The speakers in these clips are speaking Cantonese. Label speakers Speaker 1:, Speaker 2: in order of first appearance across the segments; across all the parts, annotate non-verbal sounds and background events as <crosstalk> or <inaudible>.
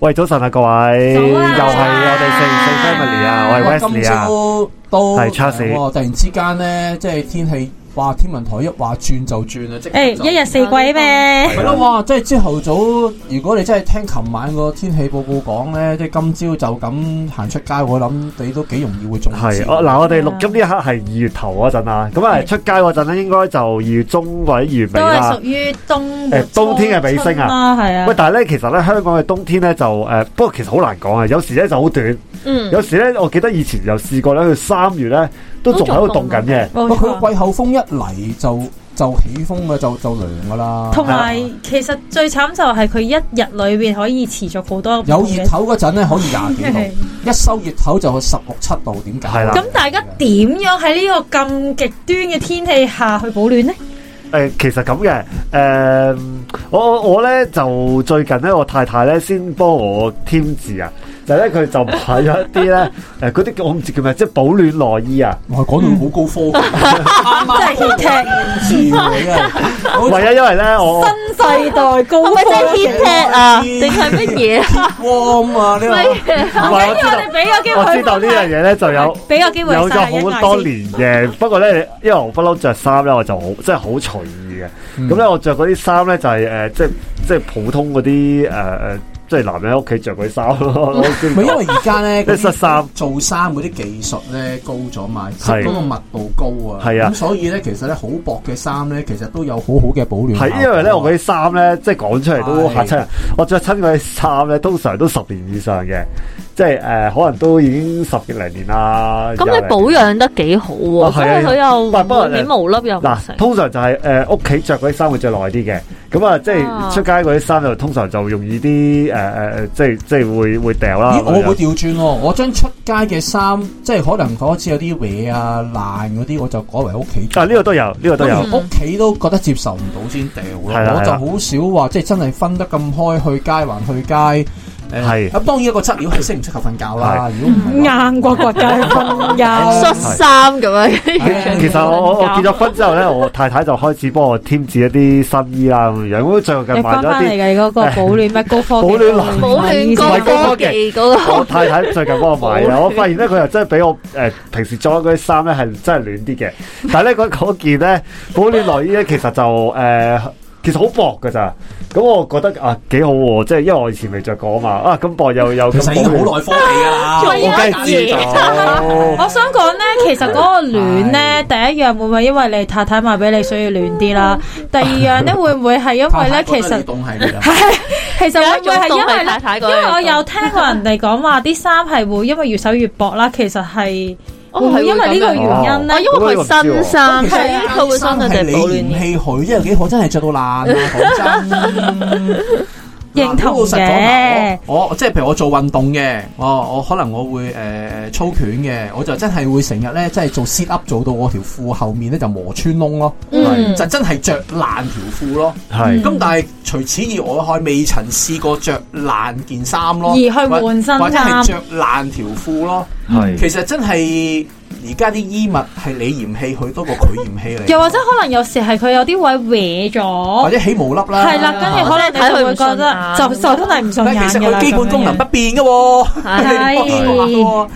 Speaker 1: 喂，早晨啊，各位，又系
Speaker 2: 早
Speaker 1: 我
Speaker 2: 啊
Speaker 1: 哋四四 family 啊，我系
Speaker 3: 今
Speaker 1: Wesley 啊
Speaker 3: 朝，都
Speaker 1: 係 Charles
Speaker 3: 哇突然之間咧，即係天氣，哇！天文台一話轉就轉啊，即刻
Speaker 2: 诶，
Speaker 3: 就
Speaker 2: 一日四季咩？
Speaker 3: 係咯，哇！即係朝頭早，如果你真係聽琴晚個天氣報告講咧，即係今朝就咁行出街，我諗你都幾容易會中招。
Speaker 1: 系我嗱，我哋錄音呢一刻係啊二月頭嗰陣啊，咁啊
Speaker 2: 係
Speaker 1: 出街嗰陣咧，應該就二月中或者二月尾
Speaker 2: 都系
Speaker 1: 啦
Speaker 2: 属。于冬
Speaker 1: 誒冬天嘅尾聲啊
Speaker 2: 啊，系啊
Speaker 1: 喂，，但係咧，其實咧，香港嘅冬天咧就诶、誒不過其實好難講啊。有時咧就好短，
Speaker 2: 嗯，
Speaker 1: 有時咧，我記得以前又試過咧，佢三月咧都仲喺度凍啊緊嘅。
Speaker 2: 冇
Speaker 3: 喂
Speaker 2: 錯
Speaker 3: 佢季候風一嚟就就起風嘅，就就涼噶啦。
Speaker 2: 同埋其實最慘就係佢一日裏边可以持續好多
Speaker 3: 有熱頭嗰陣咧，可以
Speaker 2: 嘅
Speaker 3: 廿
Speaker 2: 係
Speaker 3: 幾度，一收熱頭就去十六七度，點解？
Speaker 1: 係啦
Speaker 2: 咁大家點樣喺呢個咁極端嘅天氣下去保暖呢？
Speaker 1: 诶、其實咁嘅，诶、我我我咧就最近咧，我太太咧先幫我添置啊，就咧佢就買咗一啲咧，诶嗰啲叫我唔知叫咩，即係保暖內衣啊。
Speaker 3: 我講到好高科技，
Speaker 2: 真係好踢，
Speaker 3: 字嚟啊！
Speaker 1: 唔係啊，因為咧我
Speaker 2: 新世代高科技。
Speaker 3: warm 啊呢個。
Speaker 1: 唔係 <laughs> 我知道
Speaker 2: 我。哋俾個機會
Speaker 1: 我
Speaker 2: 佢
Speaker 1: 知道呢樣嘢咧就有
Speaker 2: 啊俾個機會
Speaker 1: 有
Speaker 2: 曬
Speaker 1: 咗
Speaker 2: 一
Speaker 1: 好
Speaker 2: 下
Speaker 1: 多
Speaker 2: 先
Speaker 1: 年嘅，不過咧，因為我不嬲着衫咧，我就好即係好隨意嘅。
Speaker 3: 嗯
Speaker 1: 咁咧、我着嗰啲衫咧就係、呃即係即係普通嗰啲誒誒，即係男人喺屋企着嗰啲衫咯。 <laughs> 我先
Speaker 3: 唔係因為而家
Speaker 1: <laughs>
Speaker 3: 咧，
Speaker 1: 即係恤衫
Speaker 3: 做衫嗰啲技術咧高咗嘛，即
Speaker 1: 係
Speaker 3: 係嗰個密度高啊，
Speaker 1: 係啊
Speaker 3: 咁所以咧其實咧好薄嘅衫咧，其實都有好好嘅保暖效果啊。
Speaker 1: 係因為咧，我嗰啲衫咧，即係講出嚟都嚇
Speaker 3: 係
Speaker 1: 親人。我着親嗰啲衫咧，通常都十年以上嘅，即係誒、呃可能都已經十幾零年啦。
Speaker 4: 咁
Speaker 1: 廿
Speaker 4: 你
Speaker 1: 零
Speaker 4: 保養得幾好喎，
Speaker 1: 啊係啊
Speaker 4: 咁佢又
Speaker 1: 唔係不過
Speaker 4: 唔會起毛粒又唔
Speaker 1: 嗱，
Speaker 4: 成。
Speaker 1: 通常就係誒屋企着嗰啲衫會着耐啲嘅，咁啊即
Speaker 4: 啊
Speaker 1: 係出街嗰啲衫就通常就容易啲誒誒誒，即係即係會會掉啦。
Speaker 3: 咦，我
Speaker 1: 咁樣
Speaker 3: 會調轉喎，我將出街嘅衫，即係可能嗰次有啲歪啊爛嗰啲，我就改為屋企。
Speaker 1: 啊呢個都有，呢個都
Speaker 3: 當
Speaker 1: 有
Speaker 4: 嗯
Speaker 3: 然。屋企都覺得接受唔到先掉咯，
Speaker 1: 係啦
Speaker 3: 我就好少話即係真係分得咁開，去街還去街。
Speaker 1: 係
Speaker 3: 誒，咁當然一個質料係適唔適合瞓覺啦。如果唔係嘅話
Speaker 2: 硬骨骨嘅
Speaker 1: <laughs>
Speaker 2: 瞓覺，
Speaker 4: 恤衫咁樣，
Speaker 3: 係
Speaker 1: 其實我我
Speaker 4: 嗯
Speaker 1: 我結咗婚之後咧，我太太就開始幫我添置一啲新衣啦咁樣，咁最近
Speaker 2: 你
Speaker 1: 買
Speaker 2: 翻
Speaker 1: 咗
Speaker 2: 翻嚟
Speaker 1: 一啲。
Speaker 2: 嘅你嗰個保暖咩高科技
Speaker 1: 保暖
Speaker 4: 保暖
Speaker 1: 唔係高
Speaker 4: 高
Speaker 1: 科
Speaker 4: 科
Speaker 1: 技
Speaker 4: 技嗰個。
Speaker 1: 我太太最近幫 <laughs> 我買啦，
Speaker 4: 好
Speaker 1: 我發現咧佢又真係比我誒、呃平時着嗰啲衫咧係真係暖啲 <laughs> 嘅，但係咧嗰嗰件咧保暖內衣咧其實就誒、呃其實好薄㗎咋，咁我覺得啊幾好喎，即係因為我以前未着過啊嘛，啊咁薄又又
Speaker 3: 其實
Speaker 1: 咁
Speaker 3: 已經
Speaker 1: 保暖
Speaker 3: 好耐科技㗎啦。
Speaker 4: 仲
Speaker 1: 我
Speaker 4: 要
Speaker 1: 梗係知道，
Speaker 2: 我想講咧，其實嗰個暖咧，第一樣會唔會因為你太太買俾你，所以暖啲啦？第二樣咧，會唔會係因為咧，其實
Speaker 3: 凍係㗎啦。
Speaker 2: <laughs> 其實會唔會係因為
Speaker 4: 有一種凍係太太
Speaker 2: 咧？
Speaker 4: 嗰
Speaker 2: 因
Speaker 4: 樣
Speaker 2: 為我有聽過人哋講話啲衫係會因為越手越薄啦，其實係
Speaker 4: 哦
Speaker 2: 會唔會因為呢個
Speaker 4: 係
Speaker 1: 樣
Speaker 4: 會咁
Speaker 2: 原因
Speaker 4: 哦，
Speaker 2: 咧
Speaker 4: 因。為佢新衫，
Speaker 3: 其實
Speaker 4: 係佢會相對地保暖
Speaker 3: 你
Speaker 4: 啲。
Speaker 3: 嫌棄佢，因為幾可真係着到爛啊！
Speaker 2: 認同嘅
Speaker 3: 講真，嗱老實講嗱我我即係譬如我做運動嘅，我我可能我會誒、呃、操拳嘅，我就真係會成日咧，即係做 sit up 做到我條褲後面咧就磨穿窿咯，
Speaker 4: 嗯
Speaker 3: 就真係着爛條褲咯。
Speaker 1: 係
Speaker 3: 咁但係除此以外，我係未曾試過着爛件衫咯，
Speaker 2: 而去換新衫
Speaker 3: 或或者係着爛條褲咯。
Speaker 1: 係
Speaker 3: 其實真係而家啲衣物係你嫌棄佢多過佢嫌棄你，
Speaker 2: 又或者可能有時係佢有啲位歪
Speaker 3: 或
Speaker 2: 咗，
Speaker 3: 者起毛粒啦。啊
Speaker 2: 係啦，跟住可能你就會覺得就就真係唔順
Speaker 3: 但
Speaker 2: 眼
Speaker 3: 係其實
Speaker 2: 㗎啦。
Speaker 3: 佢基本功能不變嘅喎，<laughs>
Speaker 4: 係
Speaker 3: 基本功能喎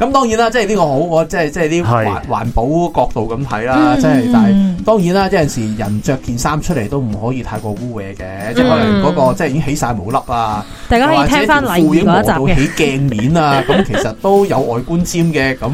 Speaker 3: 咁當然啦，即係呢個好，我即係即係啲
Speaker 1: 係
Speaker 3: 環環保角度咁睇啦，
Speaker 2: 嗯
Speaker 3: 即係但係當然啦，即係有時人着件衫出嚟都唔可以太過污穢嘅，即係可能嗰個即係已經起晒毛粒啊，
Speaker 2: 大家可以聽翻禮儀嗰一集
Speaker 3: 或者條褲已經磨
Speaker 2: 嘅。
Speaker 3: 到起鏡
Speaker 4: <laughs>
Speaker 3: 面啊，咁其實都有外觀尖嘅，咁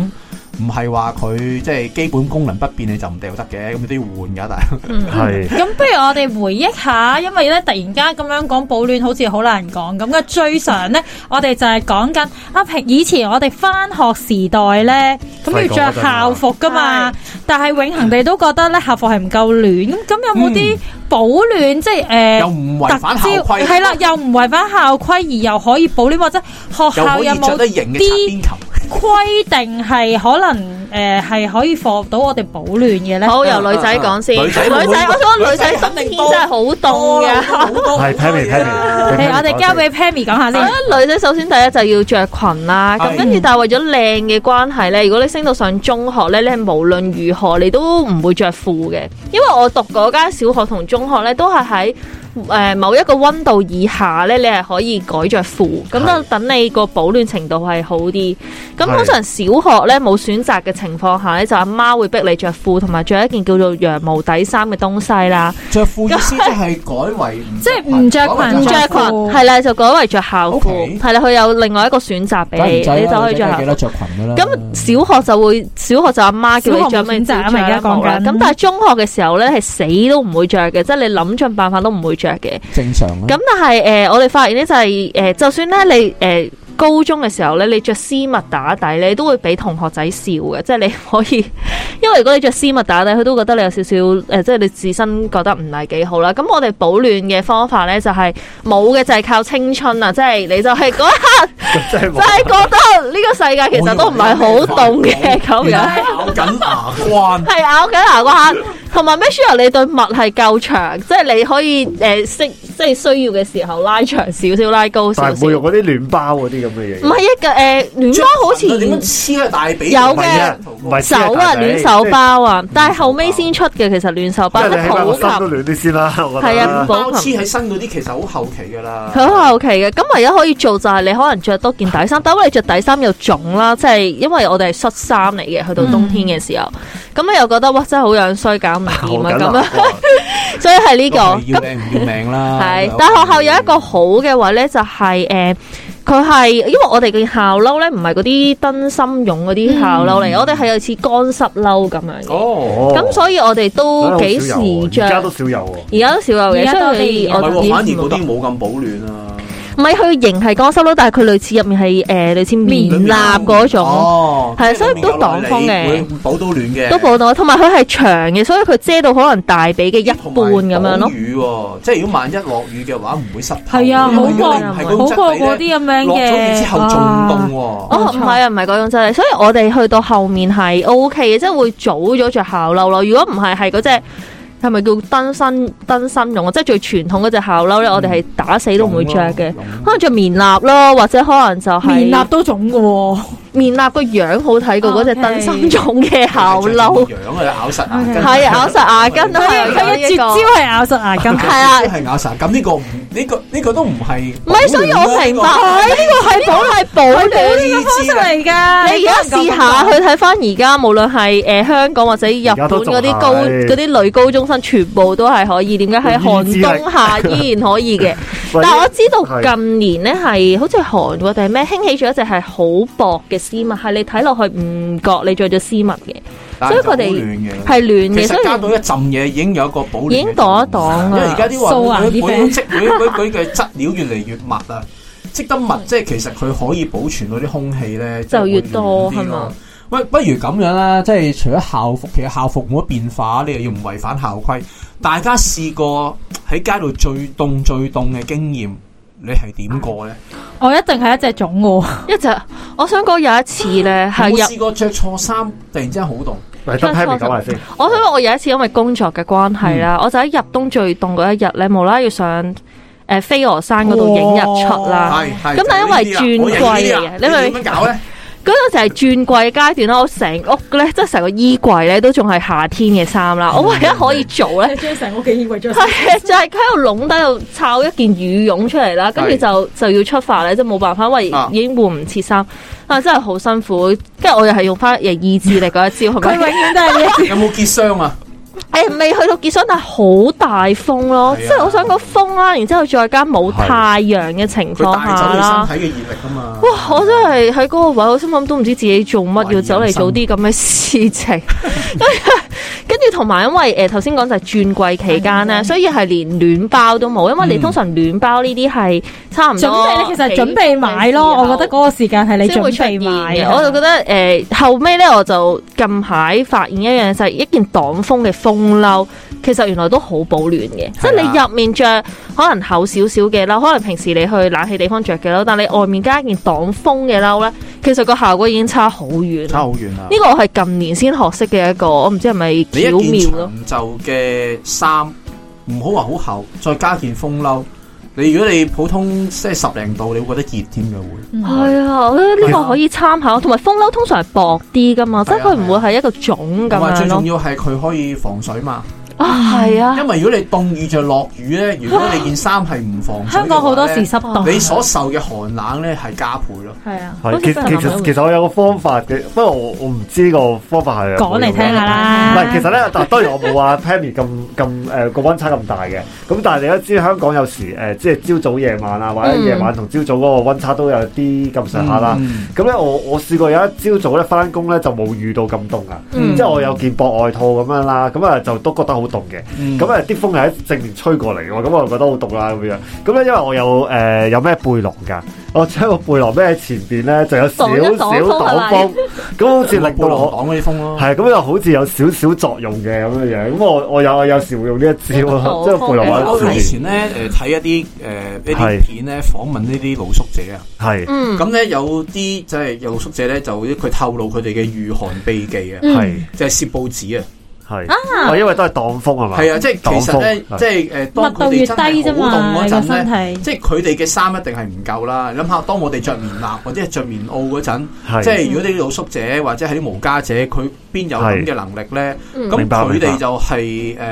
Speaker 3: 唔係話佢即係基本功能不變你就唔掉得嘅，咁你都要換㗎，但
Speaker 1: 係
Speaker 3: 係。
Speaker 2: 咁不如我哋回憶下，因為咧突然間咁樣講保暖好似好難講咁嘅。啊最常咧，我哋就係講緊啊，平以前我哋翻學時代咧，咁要
Speaker 3: 啊
Speaker 2: 着校服噶嘛
Speaker 4: 係，
Speaker 2: 但係永恒地都覺得咧校服係唔夠暖。咁咁有冇啲保暖即係誒？
Speaker 3: 嗯 <laughs> 又唔違反校規
Speaker 2: 係啦，又唔違反校規，而又可以保暖，或者學
Speaker 3: 又
Speaker 2: 校
Speaker 3: 可
Speaker 2: 有
Speaker 3: 以着
Speaker 2: 冇
Speaker 3: 得型嘅擦邊球。
Speaker 2: 規定係可能誒係、可以放到我哋保暖嘅咧？
Speaker 4: 好，由女仔講先。
Speaker 3: 女
Speaker 4: 女
Speaker 3: 仔
Speaker 4: 仔，
Speaker 3: 會
Speaker 4: 我想講女仔冬天真係好凍㗎。
Speaker 1: 係 Pammy Pammy，
Speaker 2: 係我哋交俾 Pammy 講
Speaker 1: 嗯
Speaker 2: 下
Speaker 4: 我
Speaker 2: 先。
Speaker 4: 覺得女仔首先第一就要着裙啦，
Speaker 3: 係
Speaker 4: 咁跟住但係為咗靚嘅關係咧，如果你升到上中學咧，你係無論如何你都唔會着褲嘅，因為我讀嗰間小學同中學咧都係喺誒某一個温度以下咧，你係可以改着褲，咁
Speaker 1: 係
Speaker 4: 就等你個保暖程度係好啲。咁
Speaker 1: 係
Speaker 4: 通常小學咧冇選擇嘅情況下咧，就阿媽會逼你着褲，同埋着一件叫做羊毛底衫嘅東西啦，
Speaker 3: 着褲意思即係改為唔
Speaker 2: 即係唔着裙
Speaker 4: 唔
Speaker 2: 唔
Speaker 4: 着
Speaker 2: 着
Speaker 4: 裙，
Speaker 2: 褲
Speaker 4: 係啦，就改為着校褲
Speaker 3: OK，
Speaker 4: 係啦，佢有另外一個選擇俾
Speaker 3: 梗係唔
Speaker 4: 你，
Speaker 3: 制
Speaker 4: 你就
Speaker 3: 啦，
Speaker 4: 可以
Speaker 3: 你
Speaker 4: 着
Speaker 3: 真係
Speaker 4: 校
Speaker 3: 記
Speaker 4: 褲
Speaker 3: 得。着裙噶啦。
Speaker 4: 咁小學就會，小學就阿媽叫你
Speaker 2: 小學冇
Speaker 4: 着咩
Speaker 2: 選擇啊
Speaker 4: 就
Speaker 2: 嘛而家講
Speaker 4: 着
Speaker 2: 緊
Speaker 4: 冇啦。咁但係中學嘅時候咧，係死都唔會着嘅，即係你諗盡辦法都唔會着嘅。
Speaker 3: 正常啦。
Speaker 4: 咁但係誒、呃我哋發現咧就係、呃就算咧你誒、呃高中嘅時候咧，你着絲襪打底咧，都會俾同學仔笑嘅，即係你可以， <laughs> 因為如果你着絲襪打底，佢都覺得你有少少誒、呃即係你自身覺得唔係幾好啦。咁我哋保暖嘅方法咧就係冇嘅，就係靠青春啊！即係你就係嗰一刻
Speaker 1: 真係
Speaker 4: 就
Speaker 1: 冇
Speaker 4: 係覺得呢個世界其實都唔係好凍嘅咁樣。
Speaker 3: 咬緊牙關。
Speaker 4: 係啊咬緊牙關，同埋 make sure 你對襪係夠長，即係你可以诶適、即係需要嘅時候拉長少少，拉高少
Speaker 1: 但係
Speaker 4: 少。
Speaker 1: 唔會用
Speaker 4: 唔
Speaker 1: 嗰啲暖包嗰啲咁嘅嘢。
Speaker 4: 係一個诶暖包好似
Speaker 3: 點樣黐喺大髀？
Speaker 4: 有
Speaker 1: 唔係啊，唔係
Speaker 4: 手啊暖手，包啊，但係後尾先出嘅其實暖手
Speaker 1: 即
Speaker 4: 包
Speaker 1: 係
Speaker 4: 得
Speaker 1: 你起碼
Speaker 4: 普
Speaker 1: 個心啊
Speaker 4: 及
Speaker 1: 都。暖啲先啦。我覺得
Speaker 4: 係啊
Speaker 3: 包黐喺身嗰啲其實好後期㗎啦。
Speaker 4: 佢好後期嘅，咁唯一可以做就係你可能着多件底衫，但因為你着底衫又腫啦，即係因為我哋係恤衫嚟嘅，去到冬天嘅時候，咁你又覺得哇真係好樣衰，搞唔掂啊
Speaker 1: 嗯咬緊
Speaker 4: 咁
Speaker 1: 牙
Speaker 4: 啊，
Speaker 1: 關
Speaker 4: 所以係呢個
Speaker 3: 咁係
Speaker 4: 咁
Speaker 3: 要。命唔要命
Speaker 4: <laughs>
Speaker 3: 啦。
Speaker 4: 系，但學校有一個好嘅位咧，就係诶，佢係因為我哋嘅校褸咧，唔係嗰啲燈芯絨嗰啲校褸嚟，我哋係有似乾濕褸咁樣嘅，
Speaker 3: 哦，
Speaker 1: 哦啊
Speaker 4: 咁所以我哋都幾時
Speaker 1: 而家
Speaker 4: 着
Speaker 1: 都，少有喎。
Speaker 4: 而家都少有
Speaker 2: 而
Speaker 4: 嘅，
Speaker 2: 家多啲
Speaker 4: 所以
Speaker 2: 而
Speaker 4: 我
Speaker 2: 家
Speaker 3: 唔係
Speaker 4: 哋
Speaker 3: 喎，反而嗰
Speaker 4: 唔
Speaker 3: 啲冇咁保暖啊。
Speaker 4: 係佢型係乾濕褸，但係佢類似入面係诶類似棉衲嗰種，
Speaker 3: 哦，
Speaker 4: 係
Speaker 3: 即係
Speaker 4: 所以都擋風嘅
Speaker 3: 會保到暖嘅，
Speaker 4: 都保到，同埋佢係長嘅，所以佢遮到可能大髀嘅一半
Speaker 3: 同埋
Speaker 4: 咁樣
Speaker 3: 擋
Speaker 4: 咯。
Speaker 3: 雨喎，即係如果萬一落雨嘅話，唔會濕透。
Speaker 2: 係啊，
Speaker 3: 因
Speaker 2: 好
Speaker 3: 為如
Speaker 2: 過
Speaker 3: 果
Speaker 4: 過
Speaker 2: 好過
Speaker 3: 你唔係高質地
Speaker 2: 嗰
Speaker 3: 呢
Speaker 2: 啲咁樣
Speaker 3: 落咗雨
Speaker 2: 嘅。
Speaker 3: 之後仲凍喎。
Speaker 4: 哦，唔係啊，唔係嗰種真係，所以我哋去到後面係 O K 嘅，即係會早咗着校褸咯。如果唔係，係嗰隻係咪叫燈身燈身用啊？即係最傳統嗰隻校褸咧，我哋
Speaker 2: 嗯
Speaker 4: 係打死都唔會着嘅。可能着棉衲咯，或者可能就係
Speaker 2: 棉衲哦都腫嘅喎，
Speaker 4: 棉衲個樣好睇過嗰隻燈芯種嘅
Speaker 2: <laughs>
Speaker 4: 校褸，
Speaker 3: 樣啊，咬實牙根。
Speaker 4: 係啊咬實牙根
Speaker 2: 佢
Speaker 4: 都係
Speaker 2: 佢嘅絕招係咬實牙根，
Speaker 4: 係啊
Speaker 3: 係咬實。咁呢個唔呢個呢個都唔係。
Speaker 4: 唔係，所以我
Speaker 2: <laughs>
Speaker 4: 明白，哎呢個係保係保暖。
Speaker 2: 呢個方式嚟㗎。
Speaker 4: 你而家試下去睇翻而家，無論係誒香港或者日本嗰啲高
Speaker 1: 而
Speaker 4: 嗰
Speaker 1: 家都仲係
Speaker 4: 啲女高中生，全部都係可以。點解喺寒冬下依然可以嘅？但係我知道近年呢係好似韓國定係咩興起咗一隻係好薄嘅絲襪，係你睇落去唔覺你着咗絲襪嘅，
Speaker 3: 但係就好暖嘅
Speaker 4: 係暖嘅，
Speaker 3: 其
Speaker 4: 所
Speaker 3: 實加
Speaker 4: 以
Speaker 3: 到一浸嘢已經有一個保暖，
Speaker 4: 已經擋一擋啊
Speaker 3: 因為而家啲話
Speaker 2: 素顏
Speaker 3: 佢
Speaker 2: 啲
Speaker 3: 佢積佢佢佢嘅質料越嚟越密啊，積得密即係其實佢可以保存到啲空氣咧，
Speaker 4: 嗯就越多
Speaker 3: 即係會暖啲咯
Speaker 4: 係嘛？
Speaker 3: 喂，不如咁樣啦，即係除咗校服，其實校服冇乜變化，你又要唔違反校規。大家試過喺街度最凍最凍嘅經驗，你係點過咧？
Speaker 2: 我一定係一隻腫嘅喎，
Speaker 4: 一隻我想講有一次呢，係
Speaker 3: 有冇
Speaker 4: 入。
Speaker 3: 試過着錯衫，突然之間好凍？
Speaker 1: 嚟等 Pammy 講埋先，
Speaker 4: 我想講我有一次因為工作嘅關係啦，我就喺入冬最凍嗰一日咧，無啦啦要上誒、呃、飛鵝山嗰度影日出啦。
Speaker 3: 係係
Speaker 4: 啊
Speaker 3: 啊
Speaker 4: 咁但係因為轉季嚟嘅你明唔明
Speaker 3: 點樣搞
Speaker 4: <laughs>
Speaker 3: 咧？
Speaker 4: 嗰陣就係轉季階段啦，我成屋咧，即係成個衣櫃咧都仲係夏天嘅衫
Speaker 3: 嗯
Speaker 4: 啦。我唯一可以做咧。
Speaker 2: 將成屋嘅衣櫃將
Speaker 4: 係就係喺度籠底度摷一件羽絨出嚟啦，跟住
Speaker 3: 係
Speaker 4: 就就要出發啦，即係冇辦法，因為
Speaker 3: 啊
Speaker 4: 已經換唔切衫，啊真係好辛苦。跟住我又係用翻誒意志力嗰一招，係
Speaker 2: 佢永？
Speaker 4: 咪
Speaker 2: 遠都
Speaker 4: <laughs>
Speaker 2: 係
Speaker 3: 有冇結霜啊？
Speaker 4: 誒未去到結霜，但係好大風咯，
Speaker 3: 係啊
Speaker 4: 即係我想講風啦，然之後再加冇太陽嘅情
Speaker 3: 佢
Speaker 4: 況
Speaker 3: 帶
Speaker 4: 下啦
Speaker 3: 走。你身體嘅熱力啊嘛。
Speaker 4: 哇！我真係喺嗰個位，我心諗都唔知自己做乜，
Speaker 3: 懷疑
Speaker 4: 要走嚟
Speaker 3: 人生
Speaker 4: 做啲咁嘅事情。 <laughs> 跟住同埋，因為誒頭先講就係轉季期間咧，所以係連暖包都冇，因為你
Speaker 3: 嗯
Speaker 4: 通常暖包呢啲係差唔
Speaker 2: 準
Speaker 4: 多
Speaker 2: 備，你其實係
Speaker 4: 幾
Speaker 2: 準備買
Speaker 4: 嘅時啊
Speaker 2: 咯。
Speaker 4: 候
Speaker 2: 我覺得嗰個時間係你
Speaker 4: 先
Speaker 2: 準
Speaker 4: 會出現
Speaker 2: 備買
Speaker 4: 嘅。啊我就覺得誒、呃、後尾咧，我就近排發現一樣嘢就係、一件擋風嘅風褸，其實原來都好保暖嘅。
Speaker 3: 啊
Speaker 4: 即係你入面着可能厚少少嘅褸，可能平時你去冷氣地方着嘅褸，但你外面加一件擋風嘅褸咧，其實個效果已經差好遠。
Speaker 3: 差
Speaker 4: 呢
Speaker 3: 好遠啊！
Speaker 4: 個我係近年先學識嘅一個，我唔知係咪
Speaker 3: 你
Speaker 4: 巧
Speaker 3: 一件
Speaker 4: 妙咯。
Speaker 3: 長袖嘅衫，唔好話好厚，再加件風褸。你如果你普通即係十零度，你會覺得熱添嘅會。
Speaker 4: 係啊，我覺得呢個可以參考，同埋風褸通常係薄啲噶嘛，即係佢唔會係一個種咁
Speaker 3: 啊同埋
Speaker 4: 樣
Speaker 3: 最
Speaker 4: 咯
Speaker 3: 重。要係佢可以防水嘛，
Speaker 4: 啊，系啊，
Speaker 3: 因為如果你凍雨就落雨咧，如果你件衫係唔防水嘅話呢，
Speaker 2: 香港好多時濕
Speaker 4: 啊
Speaker 2: 凍
Speaker 3: 你所受嘅寒冷咧係加倍咯。
Speaker 2: 系啊，
Speaker 1: 係
Speaker 4: 好似
Speaker 1: 其
Speaker 4: 真係
Speaker 1: 其
Speaker 4: 諗到
Speaker 1: 實其實我有個方法嘅，不過我我唔知個方法係有冇
Speaker 2: 講嚟
Speaker 1: 用嘅
Speaker 2: 聽下
Speaker 1: 唔
Speaker 2: 啦。
Speaker 1: 係，其實咧，但當然我冇啊 Pammy 咁咁誒個温差咁大嘅。咁但係你都知香港有時誒、呃即係朝早夜晚啊，或者夜晚同朝早嗰個温差都有啲咁上下啦。
Speaker 3: 嗯
Speaker 1: 咁咧、我我試過有一朝早咧翻工咧就冇遇到咁凍啊，
Speaker 4: 嗯
Speaker 1: 即係我有件薄外套咁樣啦，咁啊就都覺得好凍嘅。
Speaker 3: 嗯
Speaker 1: 咁啊啲風係喺正面吹過嚟嘅喎，咁我就覺得好凍啦咁樣。咁咧因為我有誒、呃有咩背囊㗎，我將個背囊孭喺前邊咧就有少
Speaker 4: 擋一擋
Speaker 1: 少
Speaker 4: 風係
Speaker 1: 擋
Speaker 4: 咪
Speaker 1: 風，咁好似
Speaker 3: 有
Speaker 1: 令
Speaker 3: 冇
Speaker 1: 到
Speaker 3: 布
Speaker 1: 我。
Speaker 3: 擋嗰啲風咯
Speaker 1: 系。咁就好似有少少作用嘅咁樣樣，咁我我有我有時會用呢一招啊，
Speaker 4: 哦
Speaker 1: 即係背囊
Speaker 4: 哦
Speaker 1: 或
Speaker 3: 我
Speaker 1: 者
Speaker 3: 以前咧誒睇一啲誒一
Speaker 1: 係
Speaker 3: 啲片咧訪問呢啲露宿者啊，
Speaker 1: 係
Speaker 4: 嗯，
Speaker 3: 咁咧有啲即係有露宿者咧就佢透露佢哋嘅御寒秘技
Speaker 2: 嗯
Speaker 3: 啊，
Speaker 1: 係
Speaker 3: 就係攝報紙啊，
Speaker 1: 係，哦因為都係擋風啊嘛，
Speaker 3: 係啊，即係
Speaker 1: 擋
Speaker 3: 其實咧
Speaker 1: 風，
Speaker 3: 即係誒當
Speaker 2: 密
Speaker 3: 佢
Speaker 2: 度
Speaker 3: 哋
Speaker 2: 越
Speaker 3: 真
Speaker 2: 低啫
Speaker 3: 係
Speaker 2: 嘛，
Speaker 3: 好凍
Speaker 2: 你個
Speaker 3: 嗰陣咧。
Speaker 2: 身體。
Speaker 3: 即係佢哋嘅衫一定係唔夠啦，諗下當我哋着棉衲或者係着棉袄嗰陣，
Speaker 1: 係
Speaker 3: 即係如果啲露宿者或者係啲無家者，佢邊有咁嘅能力咧？
Speaker 4: 嗯
Speaker 3: 咁
Speaker 1: 明白
Speaker 3: 佢
Speaker 1: 明白
Speaker 3: 哋就係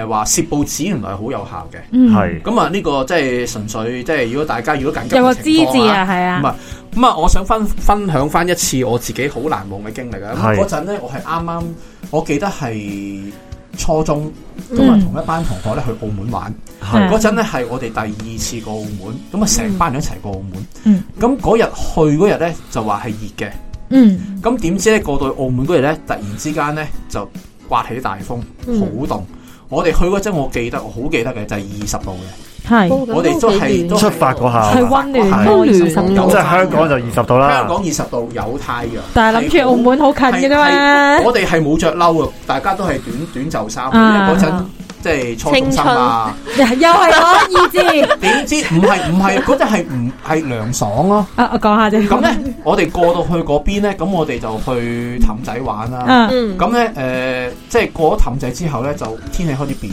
Speaker 3: 誒話攝報紙原來係好有效嘅。
Speaker 2: 嗯，
Speaker 1: 係
Speaker 3: 咁啊，呢個即係純粹即係如果大家如果緊急
Speaker 2: 有個
Speaker 3: 嘅
Speaker 2: 知
Speaker 3: 情況
Speaker 2: 字啊，係啊
Speaker 3: 咁，啊，咁啊，我想分分享翻一次我自己好難忘嘅經歷啊！咁
Speaker 1: 係
Speaker 3: 嗰陣咧，我係啱啱，我記得係初中，咁啊
Speaker 2: 嗯
Speaker 3: 同一班同學咧去澳門玩。
Speaker 1: 係
Speaker 3: 嗰陣咧係我哋第二次過澳門，咁啊成班人一齊過澳門。
Speaker 2: 嗯
Speaker 3: 咁嗰日去嗰日咧就話係熱嘅，
Speaker 2: 嗯，
Speaker 3: 咁點知咧過到澳門嗰日咧，突然之間咧就刮起大風，
Speaker 4: 嗯
Speaker 3: 好凍。我哋去嗰陣，我記得我好記得嘅就係二十度嘅。
Speaker 2: 係
Speaker 3: 我哋都係都
Speaker 1: 出發嗰下
Speaker 2: 係温
Speaker 1: 係
Speaker 2: 暖過二十
Speaker 4: 温
Speaker 1: 咁
Speaker 4: 暖
Speaker 2: 度
Speaker 1: 即，係香港就二十度
Speaker 3: 香
Speaker 1: 啦，
Speaker 3: 港二十度有太陽，
Speaker 2: 但係諗住澳門好近嘅啫
Speaker 3: 係
Speaker 2: <laughs>
Speaker 3: 係
Speaker 2: 嘛。
Speaker 3: 我哋係冇着褸嘅，大家都係短短袖衫，因
Speaker 2: 啊
Speaker 3: 為嗰陣即係初中生啊。
Speaker 2: 又係講意志，
Speaker 3: 點知唔係唔係嗰陣係唔係涼爽咯、
Speaker 2: 啊，我講下啫。
Speaker 3: 咁咧，我哋過到去嗰邊咧，咁我哋就去氹仔玩啦。
Speaker 2: 啊，
Speaker 4: 嗯，
Speaker 3: 咁咧誒，即係過咗氹仔之後咧，就天氣開始變。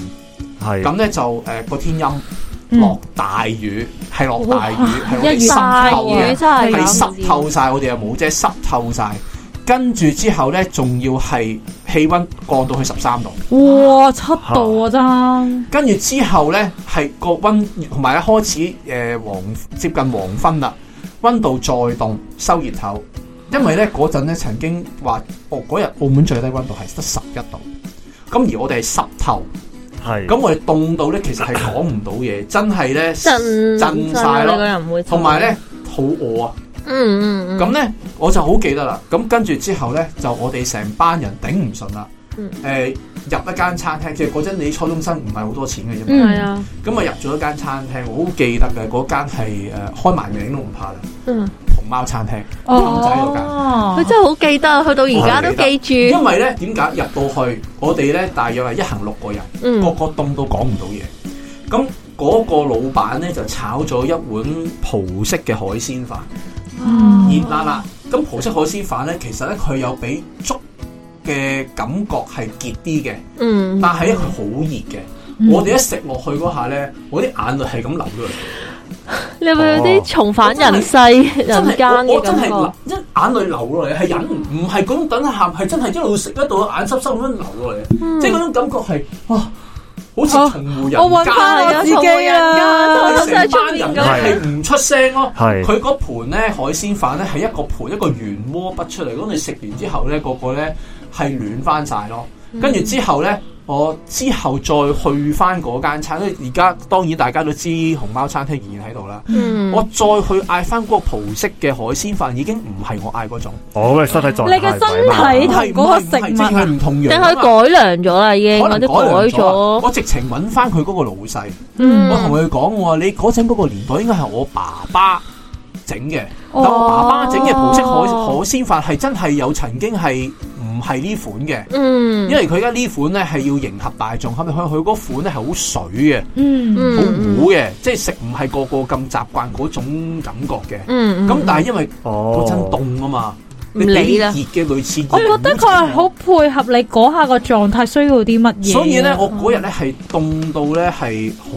Speaker 1: 係
Speaker 3: 咁咧就誒個天陰
Speaker 2: 嗯
Speaker 3: 落大雨，係落大雨，係我
Speaker 2: 一
Speaker 3: 哋
Speaker 2: 雨
Speaker 3: 濕
Speaker 4: 大
Speaker 3: 透嘅
Speaker 2: 啊
Speaker 4: 雨真。係
Speaker 3: 係啊
Speaker 4: 有
Speaker 3: 濕透晒，我哋又冇遮，濕透晒。跟住之後咧，仲要係氣温降到去十三度。
Speaker 2: 哇，七度啊真，
Speaker 3: 跟住之後咧，係個温同埋一開始誒、呃黃接近黃昏啦，温度再凍收熱頭。因為咧嗰陣咧曾經話，哦嗰日澳門最低温度係得十一度，咁而我哋係濕透，
Speaker 1: 係
Speaker 3: 咁我哋凍到咧其實係講唔到嘢，真係咧
Speaker 4: 震
Speaker 3: 震晒
Speaker 4: 你個
Speaker 3: 咯，
Speaker 4: 人唔會，
Speaker 3: 同埋，咧肚餓啊！
Speaker 4: 嗯嗯嗯，
Speaker 3: 咁咧我就好記得啦。咁跟住之後咧，就我哋成班人頂唔順啦。誒、
Speaker 4: 嗯
Speaker 3: 入一間餐廳，其實嗰陣你初中生唔係好多錢嘅啫嘛。
Speaker 2: 嗯
Speaker 4: 係啊，
Speaker 3: 咁啊、入咗一間餐廳，我好記得嘅嗰間係誒開埋名都唔怕啦，
Speaker 4: 嗯，
Speaker 3: 熊貓餐廳。
Speaker 2: Ờ.
Speaker 3: 氹仔嗰間
Speaker 2: 哦
Speaker 4: 佢真係好記得，去到而家都記住
Speaker 3: 因，為咧點解入到去，我哋咧大約係一行六個人，
Speaker 4: 嗯
Speaker 3: 個個凍到講唔到嘢。咁嗰個老闆咧就炒咗一碗葡式嘅海鮮飯。熱
Speaker 2: 嗯
Speaker 3: 辣辣。咁葡式海鮮飯咧，其實咧佢有俾粥嘅感覺係結啲嘅，
Speaker 4: 嗯，
Speaker 3: 但係咧佢好熱嘅。
Speaker 2: 嗯
Speaker 3: 我哋一食落去嗰下咧，我啲眼淚係咁流咗嚟，
Speaker 4: 你係咪有啲重返人世人
Speaker 3: 真
Speaker 4: 間
Speaker 3: 係我我
Speaker 4: 嘅
Speaker 3: 真
Speaker 4: 感
Speaker 3: 係流
Speaker 4: 覺？
Speaker 3: 一眼淚流落嚟，係忍唔唔係嗰種等喊，係真係一路食一路眼濕濕咁樣流落嚟，
Speaker 4: 嗯
Speaker 3: 即係嗰種感覺係哇，好
Speaker 4: 哦
Speaker 3: 似同湖人
Speaker 2: 我搵
Speaker 3: 間。
Speaker 2: 翻我
Speaker 4: 啊
Speaker 2: 自己啦，
Speaker 3: 成
Speaker 4: 我都想哦出
Speaker 3: 班
Speaker 4: 面
Speaker 3: 人
Speaker 4: 咁
Speaker 3: 咧
Speaker 1: 樣
Speaker 3: 係唔出聲咯，
Speaker 1: 係
Speaker 3: 佢嗰盤咧海鮮飯咧係一個盤一個圓鍋筆出嚟，咁你食完之後咧個個咧係暖翻晒咯，跟住之後咧。我之後再去翻嗰間餐，因為而家當然大家都知熊貓餐廳仍然喺度啦。
Speaker 4: 嗯，
Speaker 3: 我再去嗌翻嗰個葡式嘅海鮮飯，已經唔係我嗌嗰種，
Speaker 1: 我嘅身體狀態
Speaker 2: 你嘅身
Speaker 1: 唔
Speaker 2: 體
Speaker 1: 係
Speaker 2: 同嗰個食物
Speaker 3: 唔係唔係即係佢唔同樣
Speaker 4: 但
Speaker 3: 㗎
Speaker 4: 係
Speaker 3: 嘛。
Speaker 4: 佢改良咗啦，已經
Speaker 3: 可
Speaker 4: 或
Speaker 3: 能
Speaker 4: 者
Speaker 3: 改
Speaker 4: 改
Speaker 3: 良咗啊，
Speaker 4: 咗，
Speaker 3: 我直情揾翻佢嗰個老細。我同
Speaker 4: 嗯，
Speaker 3: 佢講，我話你嗰陣嗰個年代應該係我爸爸整嘅，
Speaker 2: 哦
Speaker 3: 但我爸爸整嘅葡式海海鮮飯係真係有曾經係唔係呢款嘅，
Speaker 4: 嗯，
Speaker 3: 因為佢而家呢款咧係要迎合大眾，係咪？佢佢嗰款咧係好水嘅，
Speaker 2: 嗯
Speaker 3: 好
Speaker 4: 嗯
Speaker 3: 糊嘅，即係食唔係個個咁習慣嗰種感覺嘅。
Speaker 4: 嗯，
Speaker 3: 咁但係因為嗰陣
Speaker 1: 哦，
Speaker 3: 凍啊嘛，
Speaker 4: 唔
Speaker 3: 你俾
Speaker 4: 理啦
Speaker 3: 熱嘅類似，
Speaker 2: 我覺得佢
Speaker 3: Ừ.
Speaker 2: 係好。配合你嗰下個狀態需要啲乜嘢。啊
Speaker 3: 所以咧，我嗰日咧係凍到咧係好，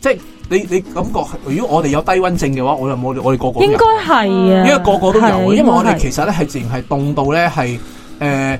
Speaker 3: 即係你你感覺係，如果我哋有低温症嘅話，我就我哋我哋個個都有
Speaker 2: 應該係啊，
Speaker 3: 因為個個都有，
Speaker 2: 係
Speaker 3: 因為
Speaker 2: 應
Speaker 3: 我哋
Speaker 2: 該係
Speaker 3: 其實咧係淨係凍到咧係誒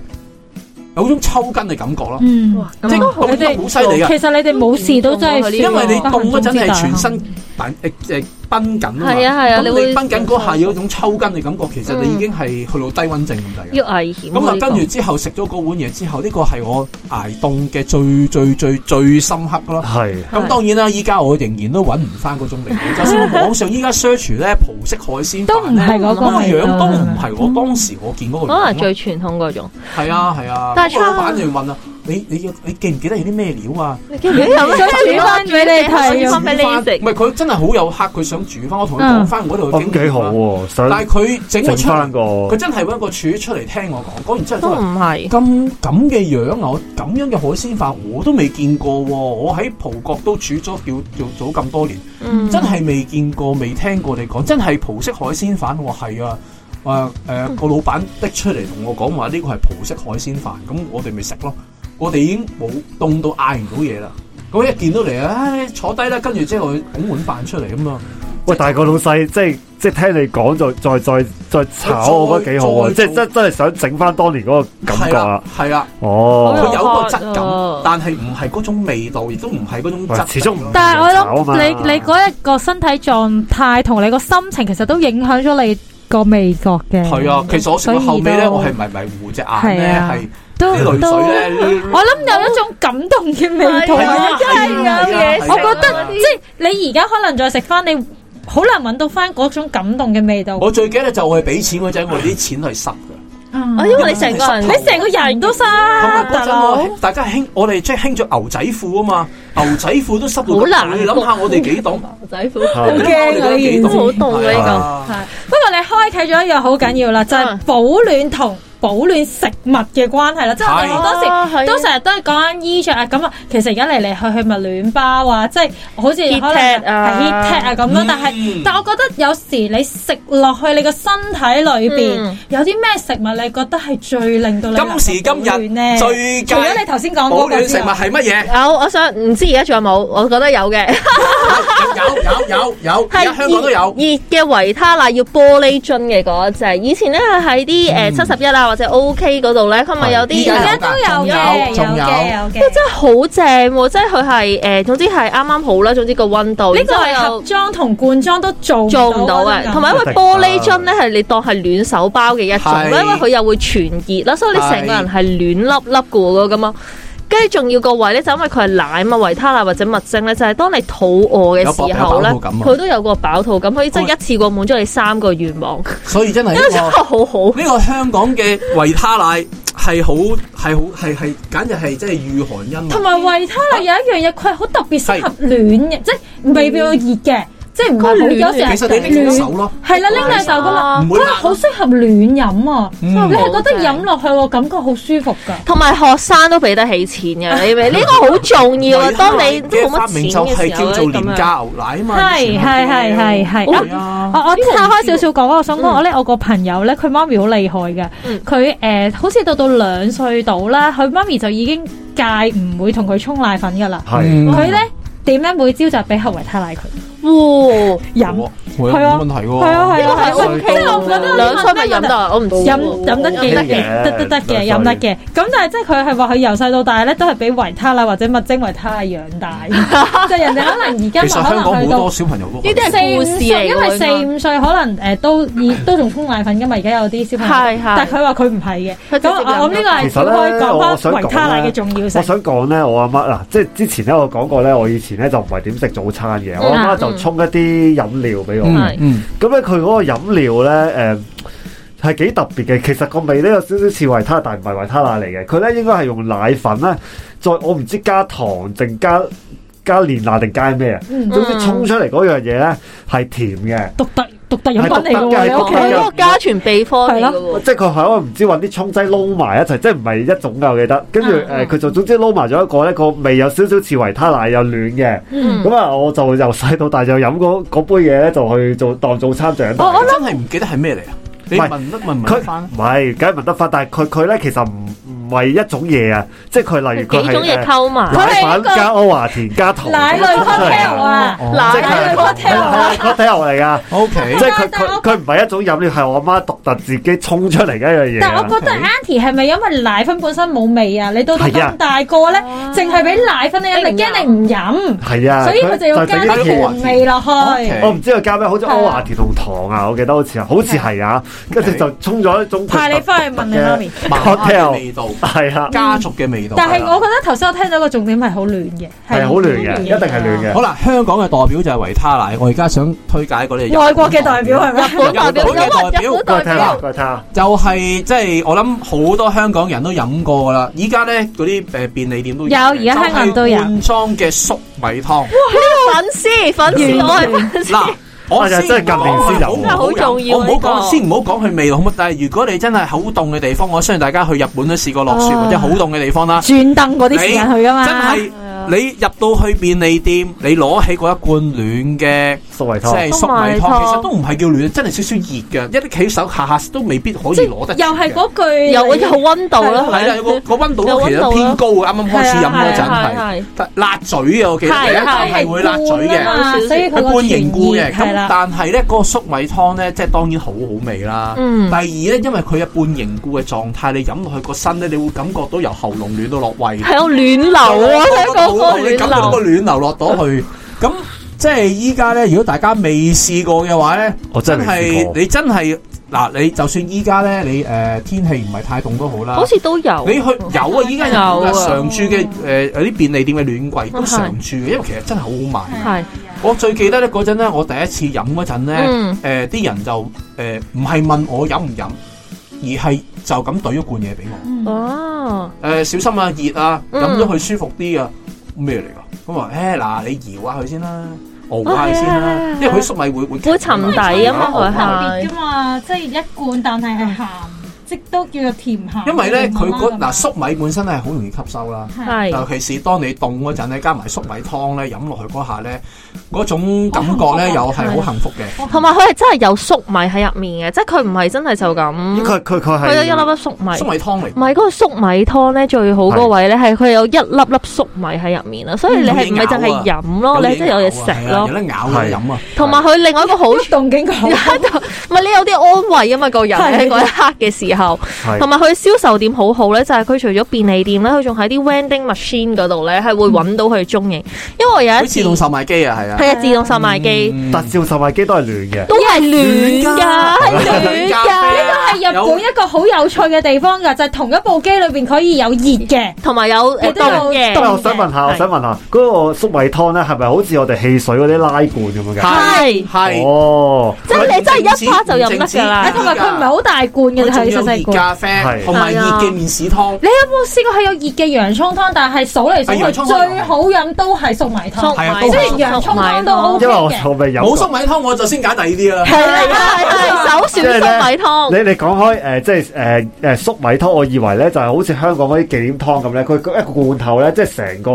Speaker 3: 有種抽筋嘅感覺咯。
Speaker 2: 嗯，
Speaker 4: 哇，
Speaker 3: 即係
Speaker 4: 咁都好
Speaker 3: 凍得好犀利嘅，
Speaker 2: 其實你哋冇事都真係，
Speaker 3: 因為你凍嗰陣係全身繃誒誒繃緊啊嘛。
Speaker 4: 係啊係啊，
Speaker 3: 咁
Speaker 4: 會
Speaker 3: 你繃緊嗰下有一種抽筋嘅感覺，其實你已經係去到低温症咁滯嘅。
Speaker 4: 要危
Speaker 3: 咁
Speaker 4: 險喎
Speaker 3: 啊，
Speaker 4: 呢個
Speaker 3: 跟住之後食咗嗰碗嘢之後，呢個係我挨凍嘅最最最最深刻咯。
Speaker 1: 系
Speaker 3: 咁當然啦，依家我仍然都揾唔翻嗰種味道。就算我網上依家 search 咧葡式海鮮
Speaker 2: 都唔
Speaker 3: 飯咧，
Speaker 2: 係嗰個
Speaker 3: 咁個
Speaker 2: 味
Speaker 3: 樣
Speaker 2: 道
Speaker 3: 都唔係我當時我見嗰個
Speaker 4: 可
Speaker 3: 樣
Speaker 4: 能
Speaker 3: 咯。
Speaker 4: 最傳統嗰種，
Speaker 3: 係啊係啊，
Speaker 4: 但
Speaker 3: 但
Speaker 4: 係
Speaker 3: 係老闆就問啊，你你你記唔記得有啲咩料啊？
Speaker 4: 你有
Speaker 2: 想煮翻俾你睇
Speaker 4: 煮
Speaker 2: 啊
Speaker 4: 翻俾你
Speaker 3: 唔
Speaker 4: 食，
Speaker 3: 係佢真係好有客，佢想煮翻，我同佢講翻我度嘅經
Speaker 1: 咁
Speaker 3: 驗
Speaker 1: 幾
Speaker 3: 啦
Speaker 1: 好喎，
Speaker 3: 啊但
Speaker 1: 想
Speaker 3: 係佢整咗
Speaker 1: 整
Speaker 3: 出嚟
Speaker 1: 翻，個
Speaker 3: 佢真係揾個廚出嚟聽我講，講完之後
Speaker 4: 都
Speaker 3: 都
Speaker 4: 唔
Speaker 3: 話
Speaker 4: 係。
Speaker 3: 咁咁嘅樣啊，我咁樣嘅海鮮飯我都未見過喎，我喺葡國都煮咗叫叫早咁多年。
Speaker 4: 嗯
Speaker 3: 真係未見過、未聽過你講，真係葡式海鮮飯喎，係啊。誒誒個老闆拎出嚟同我講話，呢個係葡式海鮮飯，咁我哋咪食咯。我哋已經冇凍到嗌唔到嘢啦。咁一見到你，唉、坐低啦，跟住之後佢拱碗飯出嚟咁啊。
Speaker 1: 喂，但係個老細即係即係聽你講就再再再炒，我覺得幾好啊！即
Speaker 3: 再
Speaker 1: 係真真係想整翻當年嗰個感
Speaker 3: 係
Speaker 1: 覺啊
Speaker 3: 啦！，係啦，
Speaker 1: 哦
Speaker 4: 好
Speaker 3: 佢
Speaker 4: 有，
Speaker 3: 有個質
Speaker 4: 好啊
Speaker 3: 感，但係唔係嗰種味道，亦都唔係嗰種質
Speaker 1: 喂
Speaker 3: 感。
Speaker 1: 始終唔
Speaker 2: 但係我
Speaker 1: 炒啊嘛
Speaker 2: 諗你你嗰日個身體狀態同你個心情，其實都影響咗你個味覺嘅。
Speaker 3: 係啊，其實我食到後尾
Speaker 2: 所以
Speaker 3: 咧，
Speaker 2: 都
Speaker 3: 我係迷迷糊隻眼
Speaker 2: 係
Speaker 3: 咧，
Speaker 2: 啊
Speaker 3: 係
Speaker 2: 都
Speaker 3: 啲
Speaker 2: 都，
Speaker 3: 淚水咧。
Speaker 2: <laughs> 我諗有一種感動嘅味道
Speaker 4: 係
Speaker 2: 啊。
Speaker 4: 啊真係有嘢食
Speaker 2: 我
Speaker 4: 啊
Speaker 2: 覺得即係你而家可能再食翻，你好難揾到翻嗰種感動嘅味道。
Speaker 3: 我最記得就我係俾錢嗰陣，我啲錢係濕嘅。
Speaker 4: 哦因為你成個人
Speaker 2: 你成個人都生
Speaker 3: 同
Speaker 4: 啊
Speaker 3: 埋嗰
Speaker 2: 大
Speaker 3: 陣我
Speaker 2: 佬
Speaker 3: 係，大家興，我哋即係興咗牛仔褲啊嘛，牛仔褲都濕到
Speaker 4: 好
Speaker 3: 咁
Speaker 4: 難
Speaker 3: 你諗下我哋幾凍，
Speaker 4: 牛仔
Speaker 1: 係
Speaker 4: 褲，
Speaker 2: 好驚啊！呢件
Speaker 4: 都
Speaker 2: 事
Speaker 4: 好凍啊呢個。
Speaker 3: 呢
Speaker 2: 係不過你開啟咗一樣好緊要啦，就係
Speaker 4: 嗯
Speaker 2: 保暖同保暖食物嘅關係啦。即係我哋好多時
Speaker 4: 啊係啊
Speaker 2: 都成日都係講緊衣着啊咁啊，其實而家嚟嚟去去咪暖包啊，即係好似
Speaker 4: Heat
Speaker 2: 可能
Speaker 4: tech 啊
Speaker 2: 係 heat tech 啊咁樣，
Speaker 3: 嗯
Speaker 2: 但係但我覺得有時你食落去你個身體裏邊
Speaker 4: 嗯
Speaker 2: 有啲咩食物你覺得係最令到你
Speaker 3: 今時今日
Speaker 2: 咧？
Speaker 3: 最
Speaker 2: 除
Speaker 3: 佳
Speaker 2: 咗你頭先講
Speaker 3: 保
Speaker 2: 嗰
Speaker 3: 暖
Speaker 2: 個
Speaker 3: 食
Speaker 2: 之
Speaker 3: 物
Speaker 2: 外，
Speaker 3: 係乜嘢？
Speaker 4: 有，我想唔知而家仲有冇？我覺得有嘅，
Speaker 3: 有有有有， <laughs> 而
Speaker 4: 啊係
Speaker 3: 家香港都有。
Speaker 4: 熱熱嘅維他奶要玻璃樽嘅嗰只。以前咧喺啲誒七十一啊或者 OK 嗰度咧，佢咪有
Speaker 3: 依嗯家
Speaker 4: 啲
Speaker 2: 而
Speaker 3: 有
Speaker 2: 家都有嘅，有
Speaker 3: 仲有
Speaker 2: 嘅，有嘅。
Speaker 4: 真係好正喎！即係佢係誒，總之係啱啱好啦。總之個温度，
Speaker 2: 呢個係
Speaker 4: 然之後
Speaker 2: 盒裝同罐裝都做
Speaker 4: 做唔到嘅，同埋因為玻璃樽咧係你當係暖手包嘅一種啦，
Speaker 3: 啊係
Speaker 4: 因為佢又會傳熱啦，所以你成個人係暖粒粒嘅喎咁啊。跟住仲要個位咧，就因為佢係奶嘛、維他奶或者蜜精咧，就係、當你肚餓嘅時候咧，
Speaker 3: 有飽有飽肚感啊
Speaker 4: 佢都有個飽肚感，可以即係一次過滿足你三個願
Speaker 3: <laughs>
Speaker 4: 望，
Speaker 3: 所以真係呢
Speaker 4: 真係
Speaker 3: 個
Speaker 4: 好好。
Speaker 3: 呢個香港嘅維他奶係好係好係係，簡直係真係御寒恩
Speaker 2: 同
Speaker 3: 啊！
Speaker 2: 埋維他奶有一樣嘢，佢係好特別適合暖嘅，即係未必好熱嘅，即係唔係好
Speaker 4: 佢
Speaker 2: 有
Speaker 4: 暖
Speaker 2: 時
Speaker 3: 嗯其實你拎隻
Speaker 2: 係
Speaker 3: 手
Speaker 2: 暖，
Speaker 3: 咯，
Speaker 2: 係啦，拎兩手噶嘛，
Speaker 4: 啊
Speaker 3: 唔
Speaker 2: 佢
Speaker 3: 會
Speaker 2: 係好適合暖飲啊，你
Speaker 3: 嗯
Speaker 2: 係覺得飲落去喎，感覺好舒服㗎。
Speaker 4: 同埋學生都俾得起錢嘅，你明？呢個好重
Speaker 3: <laughs>
Speaker 4: 要啊！當你都冇
Speaker 3: 發明
Speaker 4: 乜
Speaker 3: 就
Speaker 4: 錢嘅
Speaker 3: 係
Speaker 4: 時
Speaker 3: 叫
Speaker 4: 候
Speaker 3: 做廉
Speaker 4: 咧，咁樣
Speaker 3: 價牛奶啊嘛，以
Speaker 2: 係
Speaker 3: 前
Speaker 2: 係係係係啊！
Speaker 3: 係啊
Speaker 2: 我。我岔開少少講，我想講我咧，我個朋友咧，佢媽咪好厲害嘅
Speaker 4: 嗯，
Speaker 2: 佢誒、呃好似到到兩歲到啦，佢媽咪就已經戒唔會同佢沖奶粉噶啦，
Speaker 1: 係
Speaker 3: 嗯
Speaker 2: 佢咧點咧每朝就俾盒維他奶佢
Speaker 4: 哇！
Speaker 2: 飲，
Speaker 3: 係
Speaker 2: 係啊
Speaker 3: 問題喎，
Speaker 2: 係啊係
Speaker 4: 呢個
Speaker 2: 啊
Speaker 4: 係
Speaker 2: 係啊，即
Speaker 4: OK
Speaker 2: 係我覺得
Speaker 4: 兩歲咪飲得啊，我唔知喎
Speaker 2: 飲飲得幾
Speaker 1: 得
Speaker 2: 得
Speaker 1: 嘅
Speaker 2: 嘅，得得得嘅，
Speaker 1: 兩
Speaker 2: 飲
Speaker 1: 歲
Speaker 2: 得嘅。咁但係即係佢係話佢由細到大咧都係俾維他奶或者麥精維他奶養
Speaker 4: <laughs>
Speaker 2: 大，就人哋可能而家
Speaker 3: 其實香港
Speaker 2: 可能
Speaker 3: 好
Speaker 2: 去到
Speaker 3: 多。小朋友都
Speaker 4: 呢啲係
Speaker 2: 四五
Speaker 4: 故事嚟
Speaker 2: 歲，
Speaker 4: 喎
Speaker 2: 因為
Speaker 4: 應該
Speaker 2: 四五歲可能誒、呃都已都仲沖奶粉噶嘛，而家有啲小朋友，
Speaker 4: 係係
Speaker 2: 但係佢話佢唔係嘅。
Speaker 4: 佢直接
Speaker 2: 咁
Speaker 4: 飲
Speaker 2: 我我諗呢個係
Speaker 1: 其
Speaker 2: 小
Speaker 1: 實
Speaker 2: 可以
Speaker 1: 咧，我
Speaker 2: 講
Speaker 1: 想
Speaker 2: 翻維他奶嘅重要
Speaker 1: 講
Speaker 2: 性
Speaker 1: 咧，我。想講咧，我阿媽嗱，即係之前咧，我講過咧，我以前咧就唔係點食早餐
Speaker 2: 嗯
Speaker 1: 嘅，我阿媽就沖一啲飲料俾我。
Speaker 4: 嗯
Speaker 3: 嗯，
Speaker 1: 咁咧佢嗰個飲料咧，誒、係幾特別嘅，其實個味咧有少少似維他奶，但唔係維他奶嚟嘅。佢咧應該係用奶粉咧，再我唔知加糖定加加煉奶定加咩啊。
Speaker 2: 嗯
Speaker 1: 總之沖出嚟嗰樣嘢咧係甜嘅，
Speaker 2: 獨特獨特飲品
Speaker 1: 係獨特嘅
Speaker 2: 嚟嘅喎，你
Speaker 1: 係
Speaker 2: 屋
Speaker 1: 獨特
Speaker 4: 佢
Speaker 1: 嘅
Speaker 2: 企
Speaker 4: 嗰個家傳秘方嚟嘅
Speaker 2: 係
Speaker 4: 喎。
Speaker 1: 即係佢係可能唔知揾啲沖劑撈埋一齊，即係唔係一種嘅我記得。跟住誒
Speaker 2: 嗯嗯
Speaker 1: 佢就總之撈埋咗一個咧，個味有少少似維他奶又暖嘅。
Speaker 2: 嗯
Speaker 1: 咁啊，我就由細到大就飲嗰嗰杯嘢咧，就去做當早餐長大。
Speaker 2: 哦
Speaker 3: 我真係唔記得係咩嚟啊！你
Speaker 1: 唔係
Speaker 3: 問得問唔
Speaker 1: 佢
Speaker 3: 問翻
Speaker 1: 唔係，梗係聞得翻，但係佢佢咧其實唔唔係一種嘢啊，即係佢例如佢
Speaker 4: 幾種嘢
Speaker 1: 係
Speaker 4: 溝埋，
Speaker 2: 佢
Speaker 1: 奶
Speaker 2: 係
Speaker 1: 粉
Speaker 2: 一個
Speaker 1: 加歐華田加糖，
Speaker 2: 奶類 cocktail 啊，
Speaker 1: 哦即
Speaker 4: 奶
Speaker 1: 係佢
Speaker 2: 奶類
Speaker 1: 係
Speaker 2: cocktail 啊，
Speaker 1: cocktail 嚟
Speaker 2: <laughs>
Speaker 1: 㗎。
Speaker 3: O K，
Speaker 1: 即係佢佢佢唔係一種飲料，係我媽獨特自己沖出嚟嘅一樣嘢
Speaker 2: 但我
Speaker 1: 啊。
Speaker 2: 覺得 Auntie 係咪因為奶粉本身冇味啊？你到到
Speaker 1: 係啊
Speaker 2: 咁大個咧，淨係俾奶粉你飲，你驚你唔飲，
Speaker 1: 係啊，
Speaker 2: 所以佢就要加
Speaker 1: 整
Speaker 2: 啲
Speaker 1: 啲
Speaker 3: 甜
Speaker 1: 甜。
Speaker 2: 甜味落去
Speaker 3: OK。
Speaker 1: 我唔知佢加咩，好似
Speaker 2: 係啊
Speaker 1: 歐華田同糖啊，我記得好似係，好似係啊，跟住就沖咗一種
Speaker 2: 派你翻去問你媽咪。
Speaker 3: 媽媽嘅
Speaker 1: cocktail
Speaker 3: 味道，
Speaker 1: 係啊，
Speaker 3: 家族嘅味道。
Speaker 2: 但係
Speaker 3: 係啦
Speaker 2: 我覺得頭先我聽到個重點係好亂嘅，
Speaker 1: 係啊好亂嘅，一定係亂
Speaker 3: 好
Speaker 1: 嘅。
Speaker 3: 啦，香港嘅代表就係維他奶，我而家想推介嗰啲
Speaker 2: 外國嘅代表係咪？
Speaker 4: 本代表
Speaker 3: 日本嘅代表
Speaker 4: 日本
Speaker 1: 過嚟
Speaker 4: 代
Speaker 1: 聽下，
Speaker 4: 表
Speaker 1: 過嚟聽下，
Speaker 3: 就係即係我諗好多香港人都飲過噶啦，依家咧嗰啲誒便利店都
Speaker 2: 有而家香港人都有
Speaker 3: 就係罐裝嘅粟米湯。
Speaker 4: 粉絲粉絲，我係粉絲
Speaker 1: <laughs>
Speaker 3: 嗱。我
Speaker 1: 哎呀
Speaker 3: 先
Speaker 1: 真係近年先有
Speaker 3: 唔講佢
Speaker 4: 真係
Speaker 3: 好
Speaker 4: 好
Speaker 3: 唔好
Speaker 4: 重
Speaker 3: 飲我
Speaker 4: 要
Speaker 3: 唔好
Speaker 4: 呢個
Speaker 3: 講，先唔好講佢味道好乜。但係如果你真係好凍嘅地方，我相信大家去日本都試過落雪
Speaker 2: 啊
Speaker 3: 或者好凍嘅地方
Speaker 4: <laughs>
Speaker 3: 啦。
Speaker 2: 轉凳嗰啲時間去噶
Speaker 3: 真
Speaker 2: 嘛？
Speaker 3: 係你入到去便利店，你攞起嗰一罐暖嘅
Speaker 1: 粟米
Speaker 3: 即係
Speaker 1: 湯，
Speaker 3: 粟米湯，
Speaker 4: 粟米湯
Speaker 3: 其實都唔係叫暖，真係少少熱嘅，一啲企手下下都未必可以
Speaker 2: 即
Speaker 3: 攞得
Speaker 2: 係
Speaker 3: 住嘅。
Speaker 2: 又係嗰句，
Speaker 4: <laughs> 有有温度啦，
Speaker 3: 係啦，個個温度
Speaker 4: 啊有
Speaker 3: 都其實
Speaker 4: 溫度
Speaker 3: 偏高嘅，啱啱開始飲嗰
Speaker 4: 係啊係
Speaker 3: 陣
Speaker 4: 啊
Speaker 3: 係
Speaker 4: 係
Speaker 3: 但辣嘴啊！我記得
Speaker 4: 係
Speaker 3: 第一
Speaker 4: 係
Speaker 3: 啖係會辣嘴嘅。
Speaker 2: 啊嘛所以佢
Speaker 3: 係
Speaker 2: 個
Speaker 3: 半凝固嘅，
Speaker 2: 係
Speaker 3: 咁
Speaker 2: 啦。
Speaker 3: 但係咧嗰個粟米湯咧，即係當然好好味啦。
Speaker 4: 嗯
Speaker 3: 第二咧，因為佢嘅半凝固嘅狀態，你飲落去個身咧，你會感覺到由喉嚨暖到落胃，
Speaker 4: 係有暖流啊，香港個
Speaker 3: 你感覺到
Speaker 4: 暖
Speaker 3: 個
Speaker 4: 流，
Speaker 3: 暖流落到去。咁即係依家咧，如果大家未試過嘅話咧，
Speaker 1: 我真係未試
Speaker 3: 係
Speaker 1: 過
Speaker 3: 你真係嗱，你就算依家咧，你誒天氣唔係太凍都好啦
Speaker 4: 好。似都有。
Speaker 3: 你去有啊，依家有
Speaker 4: 有
Speaker 3: 啊
Speaker 4: 啊
Speaker 3: 常駐嘅誒有啲便利店嘅暖櫃都常駐嘅，因為其實真係好好賣。
Speaker 4: 係
Speaker 3: 我最記得咧嗰陣咧，我第一次飲嗰陣咧，誒啲、
Speaker 4: 嗯
Speaker 3: 人就誒唔係問我飲唔飲，而係就咁兑咗罐嘢俾我。誒、
Speaker 4: Ừ. 哦，
Speaker 3: 小心啊，熱啊，
Speaker 4: 嗯
Speaker 3: 飲咗佢舒服啲啊，咩嚟㗎？咁話誒嗱，你搖下佢先啦，熬下佢先
Speaker 4: 啊係
Speaker 3: 啦
Speaker 4: 啊，
Speaker 3: 因為佢粟米會會
Speaker 4: 會沉
Speaker 2: Dạ,
Speaker 4: 底
Speaker 3: Dạ,
Speaker 4: 啊嘛，佢
Speaker 2: 特
Speaker 4: 係
Speaker 2: 別噶嘛，即係一罐，但係係鹹，即都叫做甜鹹。
Speaker 3: 因為咧佢嗰
Speaker 2: 縮
Speaker 3: 嗱粟米本身係好容易吸收啦。尤
Speaker 4: 係啊
Speaker 3: 其是當你凍嗰陣咧，加埋粟米湯咧，飲落去嗰下咧，嗰種感覺咧
Speaker 4: 啊
Speaker 3: 又係好幸福嘅。
Speaker 4: 同埋佢係真係有粟米喺入面嘅，即係佢唔係真係就
Speaker 1: 咦
Speaker 4: 咁，
Speaker 1: 佢佢佢
Speaker 4: 佢有一
Speaker 1: 係
Speaker 4: 粒粒粟米
Speaker 3: 粟。米湯嚟
Speaker 4: 唔，係嗰個粟米湯咧，最好嗰位咧係佢有一粒粒粟米喺入面啊，所以你係唔係淨係飲咯，你真啊係有嘢食
Speaker 3: 係啊
Speaker 4: 咯
Speaker 3: 有，得咬有得飲啊！
Speaker 4: 同埋佢另外一個好處
Speaker 2: 動景講，
Speaker 4: 喺度，唔係你有啲安慰啊嘛，個人
Speaker 2: 係
Speaker 4: 喺嗰一刻嘅時候，同
Speaker 1: 係
Speaker 4: 埋佢銷售點好好咧，就係佢除咗便利店咧，佢仲喺啲 vending machine 嗰度咧，係會揾到佢蹤影。因為我有
Speaker 3: 佢
Speaker 4: 一次
Speaker 3: 自動售賣機啊，係啊，
Speaker 4: 係啊，自動售賣機
Speaker 1: 特效售賣機都係暖嘅。
Speaker 4: 都係暖㗎，係
Speaker 3: 暖
Speaker 4: 暖
Speaker 3: 㗎
Speaker 4: 㗎，
Speaker 2: 係日本一個好有趣嘅地方㗎，就係同一部機裏邊可以有熱嘅，
Speaker 4: 同埋有誒
Speaker 2: 亦都有
Speaker 4: 凍嘅
Speaker 1: 不。過我想問下，我想問下，嗰個粟米湯咧係咪好似我哋汽水嗰啲拉罐咁樣㗎？
Speaker 4: 係
Speaker 3: 係，
Speaker 1: 哦，
Speaker 4: 即係你真係一拍就飲得㗎啦
Speaker 3: 係
Speaker 2: 同埋佢唔係好大罐嘅，就係細細
Speaker 3: 熱
Speaker 2: 罐。
Speaker 3: 咖啡
Speaker 1: 係
Speaker 3: 同埋熱嘅麵豉湯，
Speaker 2: 你有冇試過係有熱嘅洋葱湯，但係數嚟
Speaker 3: 係洋
Speaker 2: 數
Speaker 3: 葱
Speaker 2: 去
Speaker 3: 湯
Speaker 2: 最好飲都係粟米
Speaker 4: 粟
Speaker 2: 湯，
Speaker 3: 係啊
Speaker 4: 米，
Speaker 2: 即係洋葱湯都 O
Speaker 1: 因
Speaker 2: K
Speaker 1: 為我
Speaker 2: 嘅。
Speaker 1: 我未飲過
Speaker 3: 冇粟米湯我就先揀第二啲啦。
Speaker 4: 係係係手
Speaker 1: 即係
Speaker 4: 選
Speaker 1: 呢
Speaker 4: 粟米
Speaker 2: 哦
Speaker 4: 湯。
Speaker 1: 你你講開誒，即係誒誒粟米湯，我以為咧就係好似香港嗰啲忌廉湯咁咧，佢佢一個罐頭咧，即係成個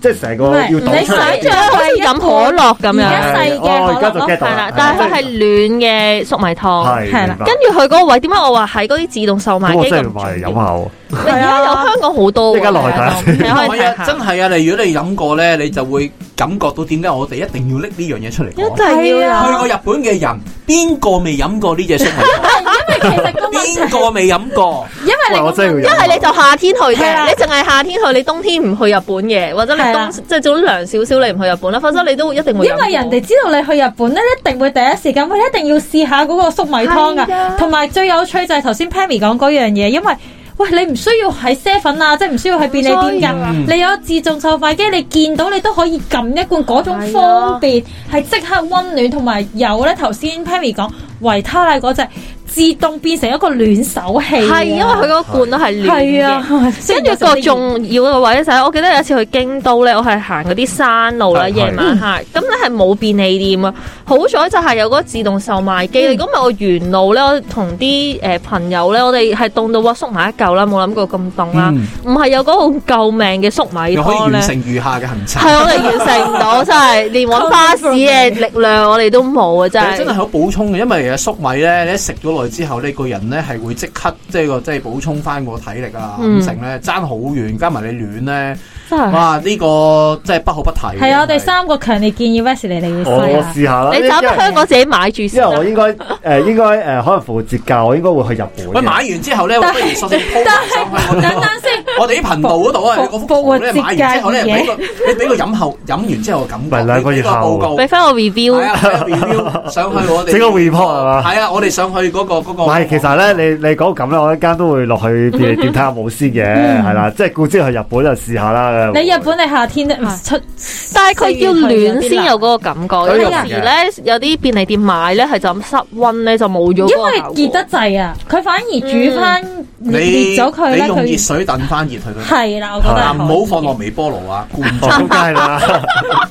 Speaker 1: 即係成個
Speaker 2: 唔係
Speaker 1: 要倒
Speaker 2: 你
Speaker 1: 出
Speaker 2: 想
Speaker 1: 嚟。
Speaker 4: 即係好似飲可樂咁
Speaker 2: 而
Speaker 4: 樣
Speaker 2: 家，細嘅
Speaker 1: 哦，而家就
Speaker 2: 可樂
Speaker 1: get 到
Speaker 4: 係啦，但係佢係暖嘅粟米湯。
Speaker 1: 係
Speaker 2: 係啦
Speaker 1: 明白
Speaker 4: 跟住佢嗰個位，點解我話喺嗰啲自動售賣
Speaker 1: 咁我
Speaker 4: 機
Speaker 1: 真係要
Speaker 4: 咁
Speaker 1: 買嚟
Speaker 4: 重要
Speaker 1: 飲？下喎。
Speaker 4: 而家有香港好多喎，
Speaker 1: 即刻落去睇下先
Speaker 4: 係啊可以
Speaker 3: 係啊，
Speaker 4: 睇
Speaker 3: 真
Speaker 4: 下，
Speaker 3: 係啊！你如果你飲過咧，你就會感覺到點解我哋一定要拎呢樣嘢出嚟
Speaker 4: 一
Speaker 2: 啊
Speaker 3: 講。
Speaker 4: 定要啊
Speaker 3: 去
Speaker 4: 有。
Speaker 3: 過日本嘅人，邊個未飲過呢只
Speaker 4: <laughs>
Speaker 3: 粟米湯？
Speaker 2: 因為其實個問
Speaker 3: 邊
Speaker 2: 題，
Speaker 3: 個未飲過？
Speaker 2: 因為你
Speaker 1: 喂，
Speaker 2: 個
Speaker 1: 我
Speaker 2: 問題
Speaker 1: 真係
Speaker 4: 一
Speaker 1: 要飲。
Speaker 4: 係你就夏天去
Speaker 2: 係
Speaker 4: 嘅，
Speaker 2: 啦
Speaker 4: 你淨係夏天去，你冬天唔去日本嘅，或者你
Speaker 2: 係
Speaker 4: 冬
Speaker 2: 啦
Speaker 4: 即係早涼少少，你唔去日本啦，否則你都一定會飲
Speaker 2: 因為人哋知道你去日本咧，一定會第一時間，喂，一定要試下嗰個粟米湯
Speaker 4: 係啊
Speaker 2: 噶。同埋最有趣就係頭先 Pammy 講嗰樣嘢，因為喂你唔需要喺 seven 啊，即係唔需要喺便利店
Speaker 4: 啊
Speaker 2: 噶，你有自動售賣機，你見到你都可以撳一罐嗰種方便，
Speaker 4: 啊
Speaker 2: 係即刻温暖，同埋有咧頭先 Pammy 講維他奶嗰只自動變成一個暖手器，啊
Speaker 4: 係因為佢嗰個罐都係暖
Speaker 2: 係
Speaker 4: 嘅
Speaker 2: 啊。， <laughs> 跟
Speaker 4: 跟住個重要嘅位咧就係，我記得有一次去京都咧，我係行嗰啲山路啦，
Speaker 1: 係
Speaker 4: 夜晚行，咁咧係冇便利店啊。好彩就係有嗰個自動售賣機，如果唔係我沿路咧，我同啲誒朋友咧，我哋係凍到哇縮埋一嚿啦，冇諗過咁凍啦
Speaker 3: 嗯，
Speaker 4: 唔係有嗰個救命嘅粟米
Speaker 3: 又可以
Speaker 4: 湯
Speaker 3: 完
Speaker 4: 咧。
Speaker 3: 成餘下嘅行程
Speaker 4: 係。我哋完成唔
Speaker 3: <laughs>
Speaker 4: 到，真係連揾巴士嘅力量我哋都冇啊！真
Speaker 3: 真係
Speaker 4: 係
Speaker 3: 好補充嘅，因為誒粟米咧，你一食咗落耐之後，呢個人咧係會即刻即係個即係補充翻個體力啊，
Speaker 4: 嗯
Speaker 3: 五成咧爭好遠，加埋你亂咧，
Speaker 4: 真係。
Speaker 3: 哇！呢、個真係不可不提。
Speaker 2: 啊系啊，我哋三個強烈建議 Wesley 你要
Speaker 1: 我
Speaker 2: 試
Speaker 1: 我
Speaker 2: 啊。
Speaker 1: 試下啦。
Speaker 4: 你走
Speaker 1: 因為
Speaker 4: 去香港自己買住
Speaker 1: 因
Speaker 4: 先
Speaker 1: 為
Speaker 4: 啦
Speaker 1: 我應該誒應該呃誒可能復活節假，我應該會去日本嘅。
Speaker 3: 喂買完之後咧，我不如索性鋪埋上去我
Speaker 2: 等
Speaker 3: 哋個
Speaker 2: 等先，
Speaker 3: 我哋啲頻道嗰度啊，
Speaker 2: 復
Speaker 3: 有個幅
Speaker 2: 復
Speaker 3: 圖
Speaker 2: 活
Speaker 3: 咧
Speaker 2: 節
Speaker 3: 買完之後咧，
Speaker 2: 假嘅嘢
Speaker 3: 俾個你俾個飲後飲完之後嘅感覺，
Speaker 1: 咪兩個月
Speaker 3: 你俾個報告
Speaker 1: 後
Speaker 4: 俾翻個
Speaker 3: 係
Speaker 4: review，
Speaker 3: 啊俾個，review 上去我哋
Speaker 1: <laughs> 整個 report 係嘛
Speaker 3: 係啊，我哋上去嗰個嗰個。
Speaker 1: 唔係，其實咧，你你講咁咧，我一間都會落去便利店睇下冇先嘅，係啦，即係故之去日本就試下啦。
Speaker 2: 嗯你日本你夏天都唔
Speaker 4: 係
Speaker 2: 出，
Speaker 4: 但係佢要暖先有
Speaker 2: 嗰，
Speaker 4: 嗰個感覺。
Speaker 1: 有
Speaker 4: 有
Speaker 1: 呢個
Speaker 4: 陣時咧，有啲便利店買咧係就咁室温咧就冇咗嗰
Speaker 2: 因
Speaker 4: 個
Speaker 2: 為
Speaker 4: 效果
Speaker 2: 熱得滯啊，佢反而煮翻
Speaker 3: 你
Speaker 2: 熱咗佢
Speaker 3: 嗯你
Speaker 2: 咧，
Speaker 3: 用熱
Speaker 2: 佢
Speaker 3: 水燉翻熱佢都得。
Speaker 2: 係啦，我覺得
Speaker 3: 嗱，
Speaker 2: 係
Speaker 3: 唔好放落微波爐啊，
Speaker 2: <laughs>
Speaker 3: 罐
Speaker 1: 哦
Speaker 3: 裝。
Speaker 1: 咁梗係啦，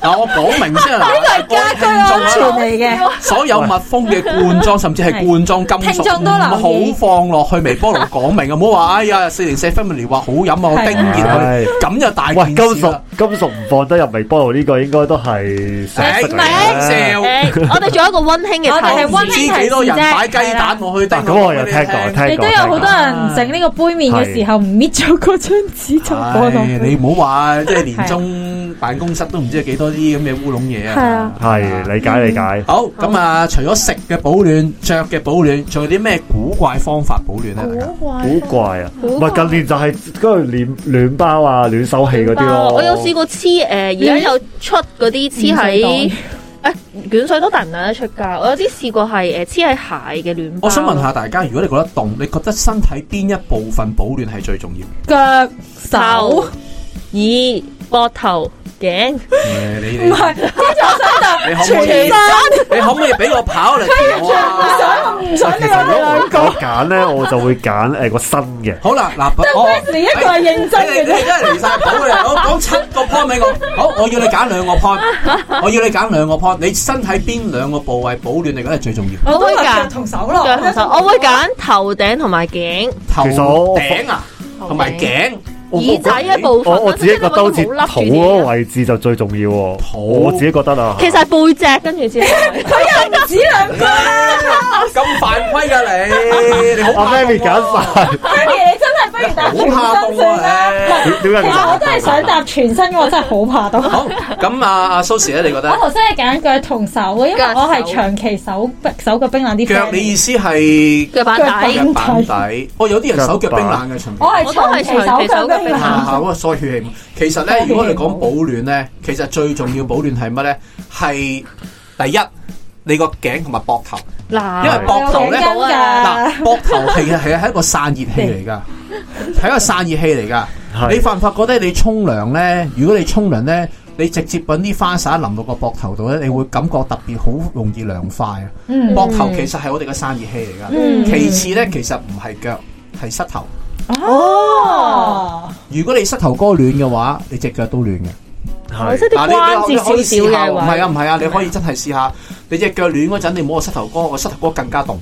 Speaker 3: 嗱，我講明先啊，嗱
Speaker 2: 家居
Speaker 3: 各位
Speaker 2: 安
Speaker 3: 聽
Speaker 2: 全
Speaker 3: 眾啊，
Speaker 2: 嚟嘅。
Speaker 3: 所有密封嘅罐裝，甚至係罐裝金
Speaker 2: 聽
Speaker 3: 屬，
Speaker 2: 眾
Speaker 3: 唔
Speaker 2: 都留意
Speaker 3: 好放落去微波爐。講明啊，唔好話哎呀，四零四 family 話好飲啊，我叮熱
Speaker 1: 係
Speaker 3: 佢，咁就大
Speaker 1: 喂，
Speaker 3: 件
Speaker 1: 金
Speaker 3: 事
Speaker 1: 屬
Speaker 3: 啦。
Speaker 1: 金屬唔放得入微波爐呢個應該都係常識嚟
Speaker 4: 誒唔
Speaker 1: 嘅。
Speaker 3: 笑，
Speaker 4: 誒我哋做一個温馨嘅
Speaker 2: 我哋係
Speaker 4: 提
Speaker 2: 溫
Speaker 3: 唔
Speaker 4: 示
Speaker 2: 馨
Speaker 3: 知幾多人擺雞蛋落去叮。
Speaker 1: 嗱咁我又聽過，
Speaker 3: 啊
Speaker 1: 聽過。
Speaker 2: 你都有好多人整呢個杯面嘅時候唔搣咗嗰張紙就過到
Speaker 3: 唉，你唔好話，即係年中辦公室都唔知有幾多啲咁嘅烏龍嘢啊。
Speaker 1: 係理解理解。
Speaker 3: 好咁啊！除咗食嘅保暖、着嘅保暖，仲有啲咩古怪方法保暖咧？大家
Speaker 1: 好怪啊！
Speaker 4: 古
Speaker 1: 唔
Speaker 4: 怪
Speaker 1: 係近年就係嗰個暖暖包啊、暖手器嗰啲咯。
Speaker 4: 我有試過黐誒，而家有出嗰啲黐喺誒卷水都大唔大得出㗎？我有啲試過係誒黐喺鞋嘅暖包。
Speaker 3: 我想問下大家，如果你覺得凍，你覺得身體邊一部分保暖係最重要？
Speaker 2: 腳
Speaker 4: 手
Speaker 2: 手。、
Speaker 4: 耳、膊頭、頸，
Speaker 3: 誒你
Speaker 2: 唔
Speaker 3: 你
Speaker 2: 係，跟住我想答
Speaker 3: 你可唔可以
Speaker 2: 全身，
Speaker 3: 你可唔可以俾我跑嚟跳
Speaker 2: 唔
Speaker 3: 啊？
Speaker 2: 想我唔
Speaker 1: 其
Speaker 2: 想你
Speaker 1: 實如果
Speaker 2: 兩
Speaker 1: 我
Speaker 2: 個
Speaker 1: 我揀咧，我就會揀誒個新嘅。
Speaker 3: 好啦，嗱，我
Speaker 2: ，Wesley 一個係認真
Speaker 3: 你
Speaker 2: 嘅
Speaker 3: 你真
Speaker 2: 啫，
Speaker 3: 係離晒譜啦！我講七個 point 俾我，好，我要你揀兩個 point，我要你揀兩個 point，你身體邊兩個部位保暖你覺得係最重要？
Speaker 4: 我會
Speaker 2: 都係
Speaker 4: 揀
Speaker 2: 腳同手咯，
Speaker 4: 腳同手，我會揀頭頂同埋頸、
Speaker 3: 頭
Speaker 1: 其實我
Speaker 3: 頂啊，同埋頸、
Speaker 1: 我
Speaker 4: 耳仔嘅部分。
Speaker 1: 我我自己覺得好似
Speaker 4: 冇笠
Speaker 1: 肚
Speaker 4: 住
Speaker 1: 嗰個
Speaker 4: 啲啊嘢
Speaker 1: 位置就最重要喎。
Speaker 3: 肚
Speaker 1: 我自己覺得啊。
Speaker 4: 其實係背脊，跟住之後
Speaker 2: 佢又唔止兩個啦。
Speaker 3: 咁犯規㗎你，你好
Speaker 1: 阿
Speaker 3: 怕
Speaker 1: Mary
Speaker 3: 凍
Speaker 1: 揀
Speaker 3: 啊
Speaker 1: 晒，
Speaker 2: Henry，你真係不如答全
Speaker 3: 好怕
Speaker 2: 身
Speaker 3: 啊凍
Speaker 2: 算啦。
Speaker 3: 啊你！
Speaker 1: 點
Speaker 2: 其
Speaker 1: 解唔
Speaker 2: 實我真係想答全身，我真係好怕凍。
Speaker 3: 好，咁啊，阿 Susie 咧，你覺
Speaker 2: 我
Speaker 3: 得
Speaker 2: 頭先係揀腳同手嘅，因為我係長期手手腳冰冷啲 friend 嚟嘅。
Speaker 3: 腳你意思係
Speaker 4: 腳板
Speaker 2: 腳
Speaker 4: 底
Speaker 2: 板。
Speaker 3: 腳板底？哦，有啲人手腳冰冷嘅，長期
Speaker 2: 我係長期手腳冰
Speaker 4: 我都係長期手腳冰冷
Speaker 2: 冷。
Speaker 3: 啊！哇，所以血氣唔。其實咧，如果你講保暖咧，其實最重要保暖係乜咧？係第一，你個頸同埋膊頭，
Speaker 4: 嗱，
Speaker 3: 因為膊頭咧，
Speaker 2: 我啊有頸巾㗎
Speaker 3: 嗱，膊頭係係係一個散熱器嚟㗎，係一個散熱器嚟㗎。
Speaker 1: 係
Speaker 3: 你發唔發覺得你沖涼咧？如果你沖涼咧，你直接揾啲花灑淋到個膊頭度咧，你會感覺特別好容易涼快啊！
Speaker 2: 嗯
Speaker 3: 膊頭其實係我哋嘅散熱器嚟㗎。
Speaker 2: 嗯
Speaker 3: 其次咧，其實唔係腳，係膝頭。
Speaker 2: 哦，
Speaker 3: 如果你膝頭哥暖嘅話，你只腳都暖嘅。
Speaker 4: 我
Speaker 1: 係
Speaker 4: 識
Speaker 3: À,
Speaker 4: 啲關
Speaker 3: 嗱，你你
Speaker 4: 節
Speaker 3: 可以
Speaker 4: 少
Speaker 3: 試下喎，
Speaker 4: 少嘅
Speaker 3: 唔
Speaker 4: 位。
Speaker 3: 係啊，唔係啊，你可以真係試下，你只腳暖嗰陣，你摸個膝頭哥，個膝頭哥更加凍。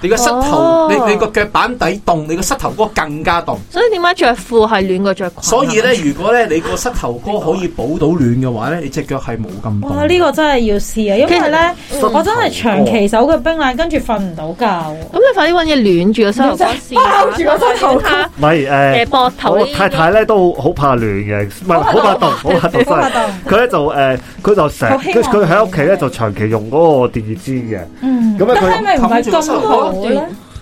Speaker 3: 你個膝頭，
Speaker 4: 哦
Speaker 3: 你你個腳板底凍，你個膝頭哥更加凍。
Speaker 4: 所以點解着褲係暖過着裙？啊
Speaker 3: 所以咧，如果咧你個膝頭哥可以保到暖嘅話咧，你只腳係冇咁凍。
Speaker 2: 哇！呢個真係要試啊，因為咧，我真係長期手腳冰冷，跟住瞓唔到覺。
Speaker 4: 咁你快啲揾嘢暖住個膝頭哥先啊啦，
Speaker 2: 包住個膝頭哥
Speaker 1: 唔係誒
Speaker 4: 誒？膊頭
Speaker 1: 我
Speaker 4: 呢啲
Speaker 1: 太太咧都好好怕暖嘅，唔係
Speaker 2: 好怕
Speaker 1: 好怕
Speaker 2: 凍
Speaker 1: 凍，好怕凍
Speaker 2: 好怕
Speaker 1: 真係
Speaker 2: 凍
Speaker 1: 佢咧就誒，佢就成
Speaker 2: 好希
Speaker 1: 佢
Speaker 2: 望
Speaker 1: 佢喺屋企咧就長期用嗰個電熱氈嘅。
Speaker 2: 嗯，
Speaker 1: 咁啊
Speaker 2: 但
Speaker 1: 佢
Speaker 2: 係咪唔係咁好咧？
Speaker 1: 誒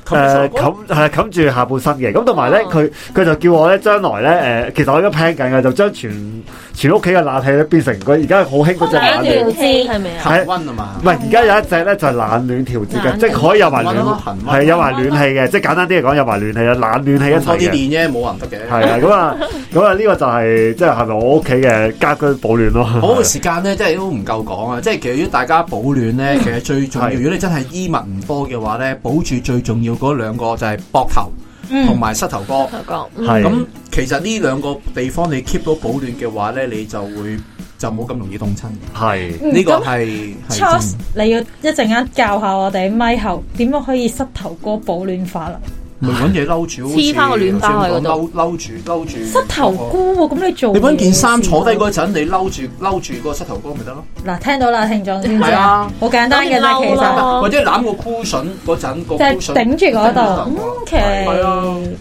Speaker 3: 冚膝頭
Speaker 1: 冚係冚住下半身嘅，咁同埋咧
Speaker 4: 哦
Speaker 1: 佢佢就叫我咧將來咧誒、其實我而家 plan 緊嘅，就將全全屋企嘅冷氣咧變成佢而家好興嗰只冷
Speaker 2: 兩
Speaker 1: 暖，
Speaker 2: 條
Speaker 4: 知係咪啊？
Speaker 3: 哥，恆温啊嘛
Speaker 1: 唔。係而家有一隻咧就係冷暖調節嘅，
Speaker 4: 冷
Speaker 1: 即係可以有埋
Speaker 3: 恆温
Speaker 1: 暖
Speaker 3: 咯恆温
Speaker 1: 係有埋暖氣嘅，即係簡單啲嚟講有埋暖氣啊，冷暖氣一
Speaker 3: 多
Speaker 1: 齊
Speaker 3: 啲
Speaker 1: 嘅。
Speaker 3: 練啫，冇話唔得嘅。
Speaker 1: 係啊，咁啊，咁啊，呢個就係即係係咪我屋企嘅家居保暖咯？
Speaker 3: 我個時間咧，真係都唔夠講啊！即係其實如果大家保暖咧，其實最重要，
Speaker 1: 係
Speaker 3: 如果你真係衣物唔多嘅話咧，保住最重要嗰兩個就係膊頭同
Speaker 2: 嗯，
Speaker 3: 埋膝頭哥。
Speaker 4: 我講嗯
Speaker 1: 係
Speaker 3: 咁其實呢兩個地方你 keep 到保暖嘅話咧，你就會就冇咁容易凍親。
Speaker 1: 係
Speaker 3: 呢個
Speaker 2: 咁
Speaker 3: 係係
Speaker 2: Charles，
Speaker 3: 真
Speaker 2: 你要一陣間教下我哋咪後點樣可以膝頭哥保暖法啦。
Speaker 3: 咪揾嘢嬲住，好似
Speaker 4: 黐返個暖包喺嗰度
Speaker 3: 嬲嬲住嬲住
Speaker 2: 膝頭
Speaker 3: 嗰個。
Speaker 2: 菇喎，咁你做
Speaker 3: 你揾
Speaker 2: 嘢
Speaker 3: 件衫
Speaker 2: 先
Speaker 3: 坐低嗰陣，你嬲住嬲住個膝頭哥咪得咯。
Speaker 2: 嗱，聽到啦，聽眾先知
Speaker 3: 係
Speaker 2: 啊
Speaker 3: 啊，
Speaker 2: 好簡單嘅啫，
Speaker 4: 當
Speaker 2: 其
Speaker 4: 然嬲
Speaker 2: 實
Speaker 4: 啦哦
Speaker 3: 或者攬個 cushion 嗰陣，個
Speaker 2: 就係
Speaker 3: cushion
Speaker 2: 頂住嗰度。嗯 OK，
Speaker 3: 係啊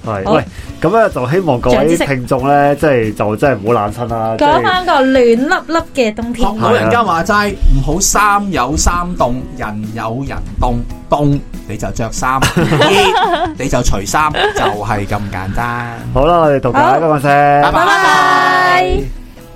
Speaker 1: 係，
Speaker 2: 好
Speaker 1: 喂，咁咧就希望各
Speaker 2: 長知
Speaker 1: 位
Speaker 2: 識
Speaker 1: 聽眾咧，即係就真係唔好懶身啦，即
Speaker 2: 講
Speaker 1: 係
Speaker 2: 翻個暖粒粒嘅冬天
Speaker 3: 學，哦老人家話齋，唔好衫有衫凍，人有人凍，凍你就着衫，熱你就除衫，就係咁簡單。
Speaker 1: 好啦，我哋同大家講聲，
Speaker 3: 拜
Speaker 2: 拜拜。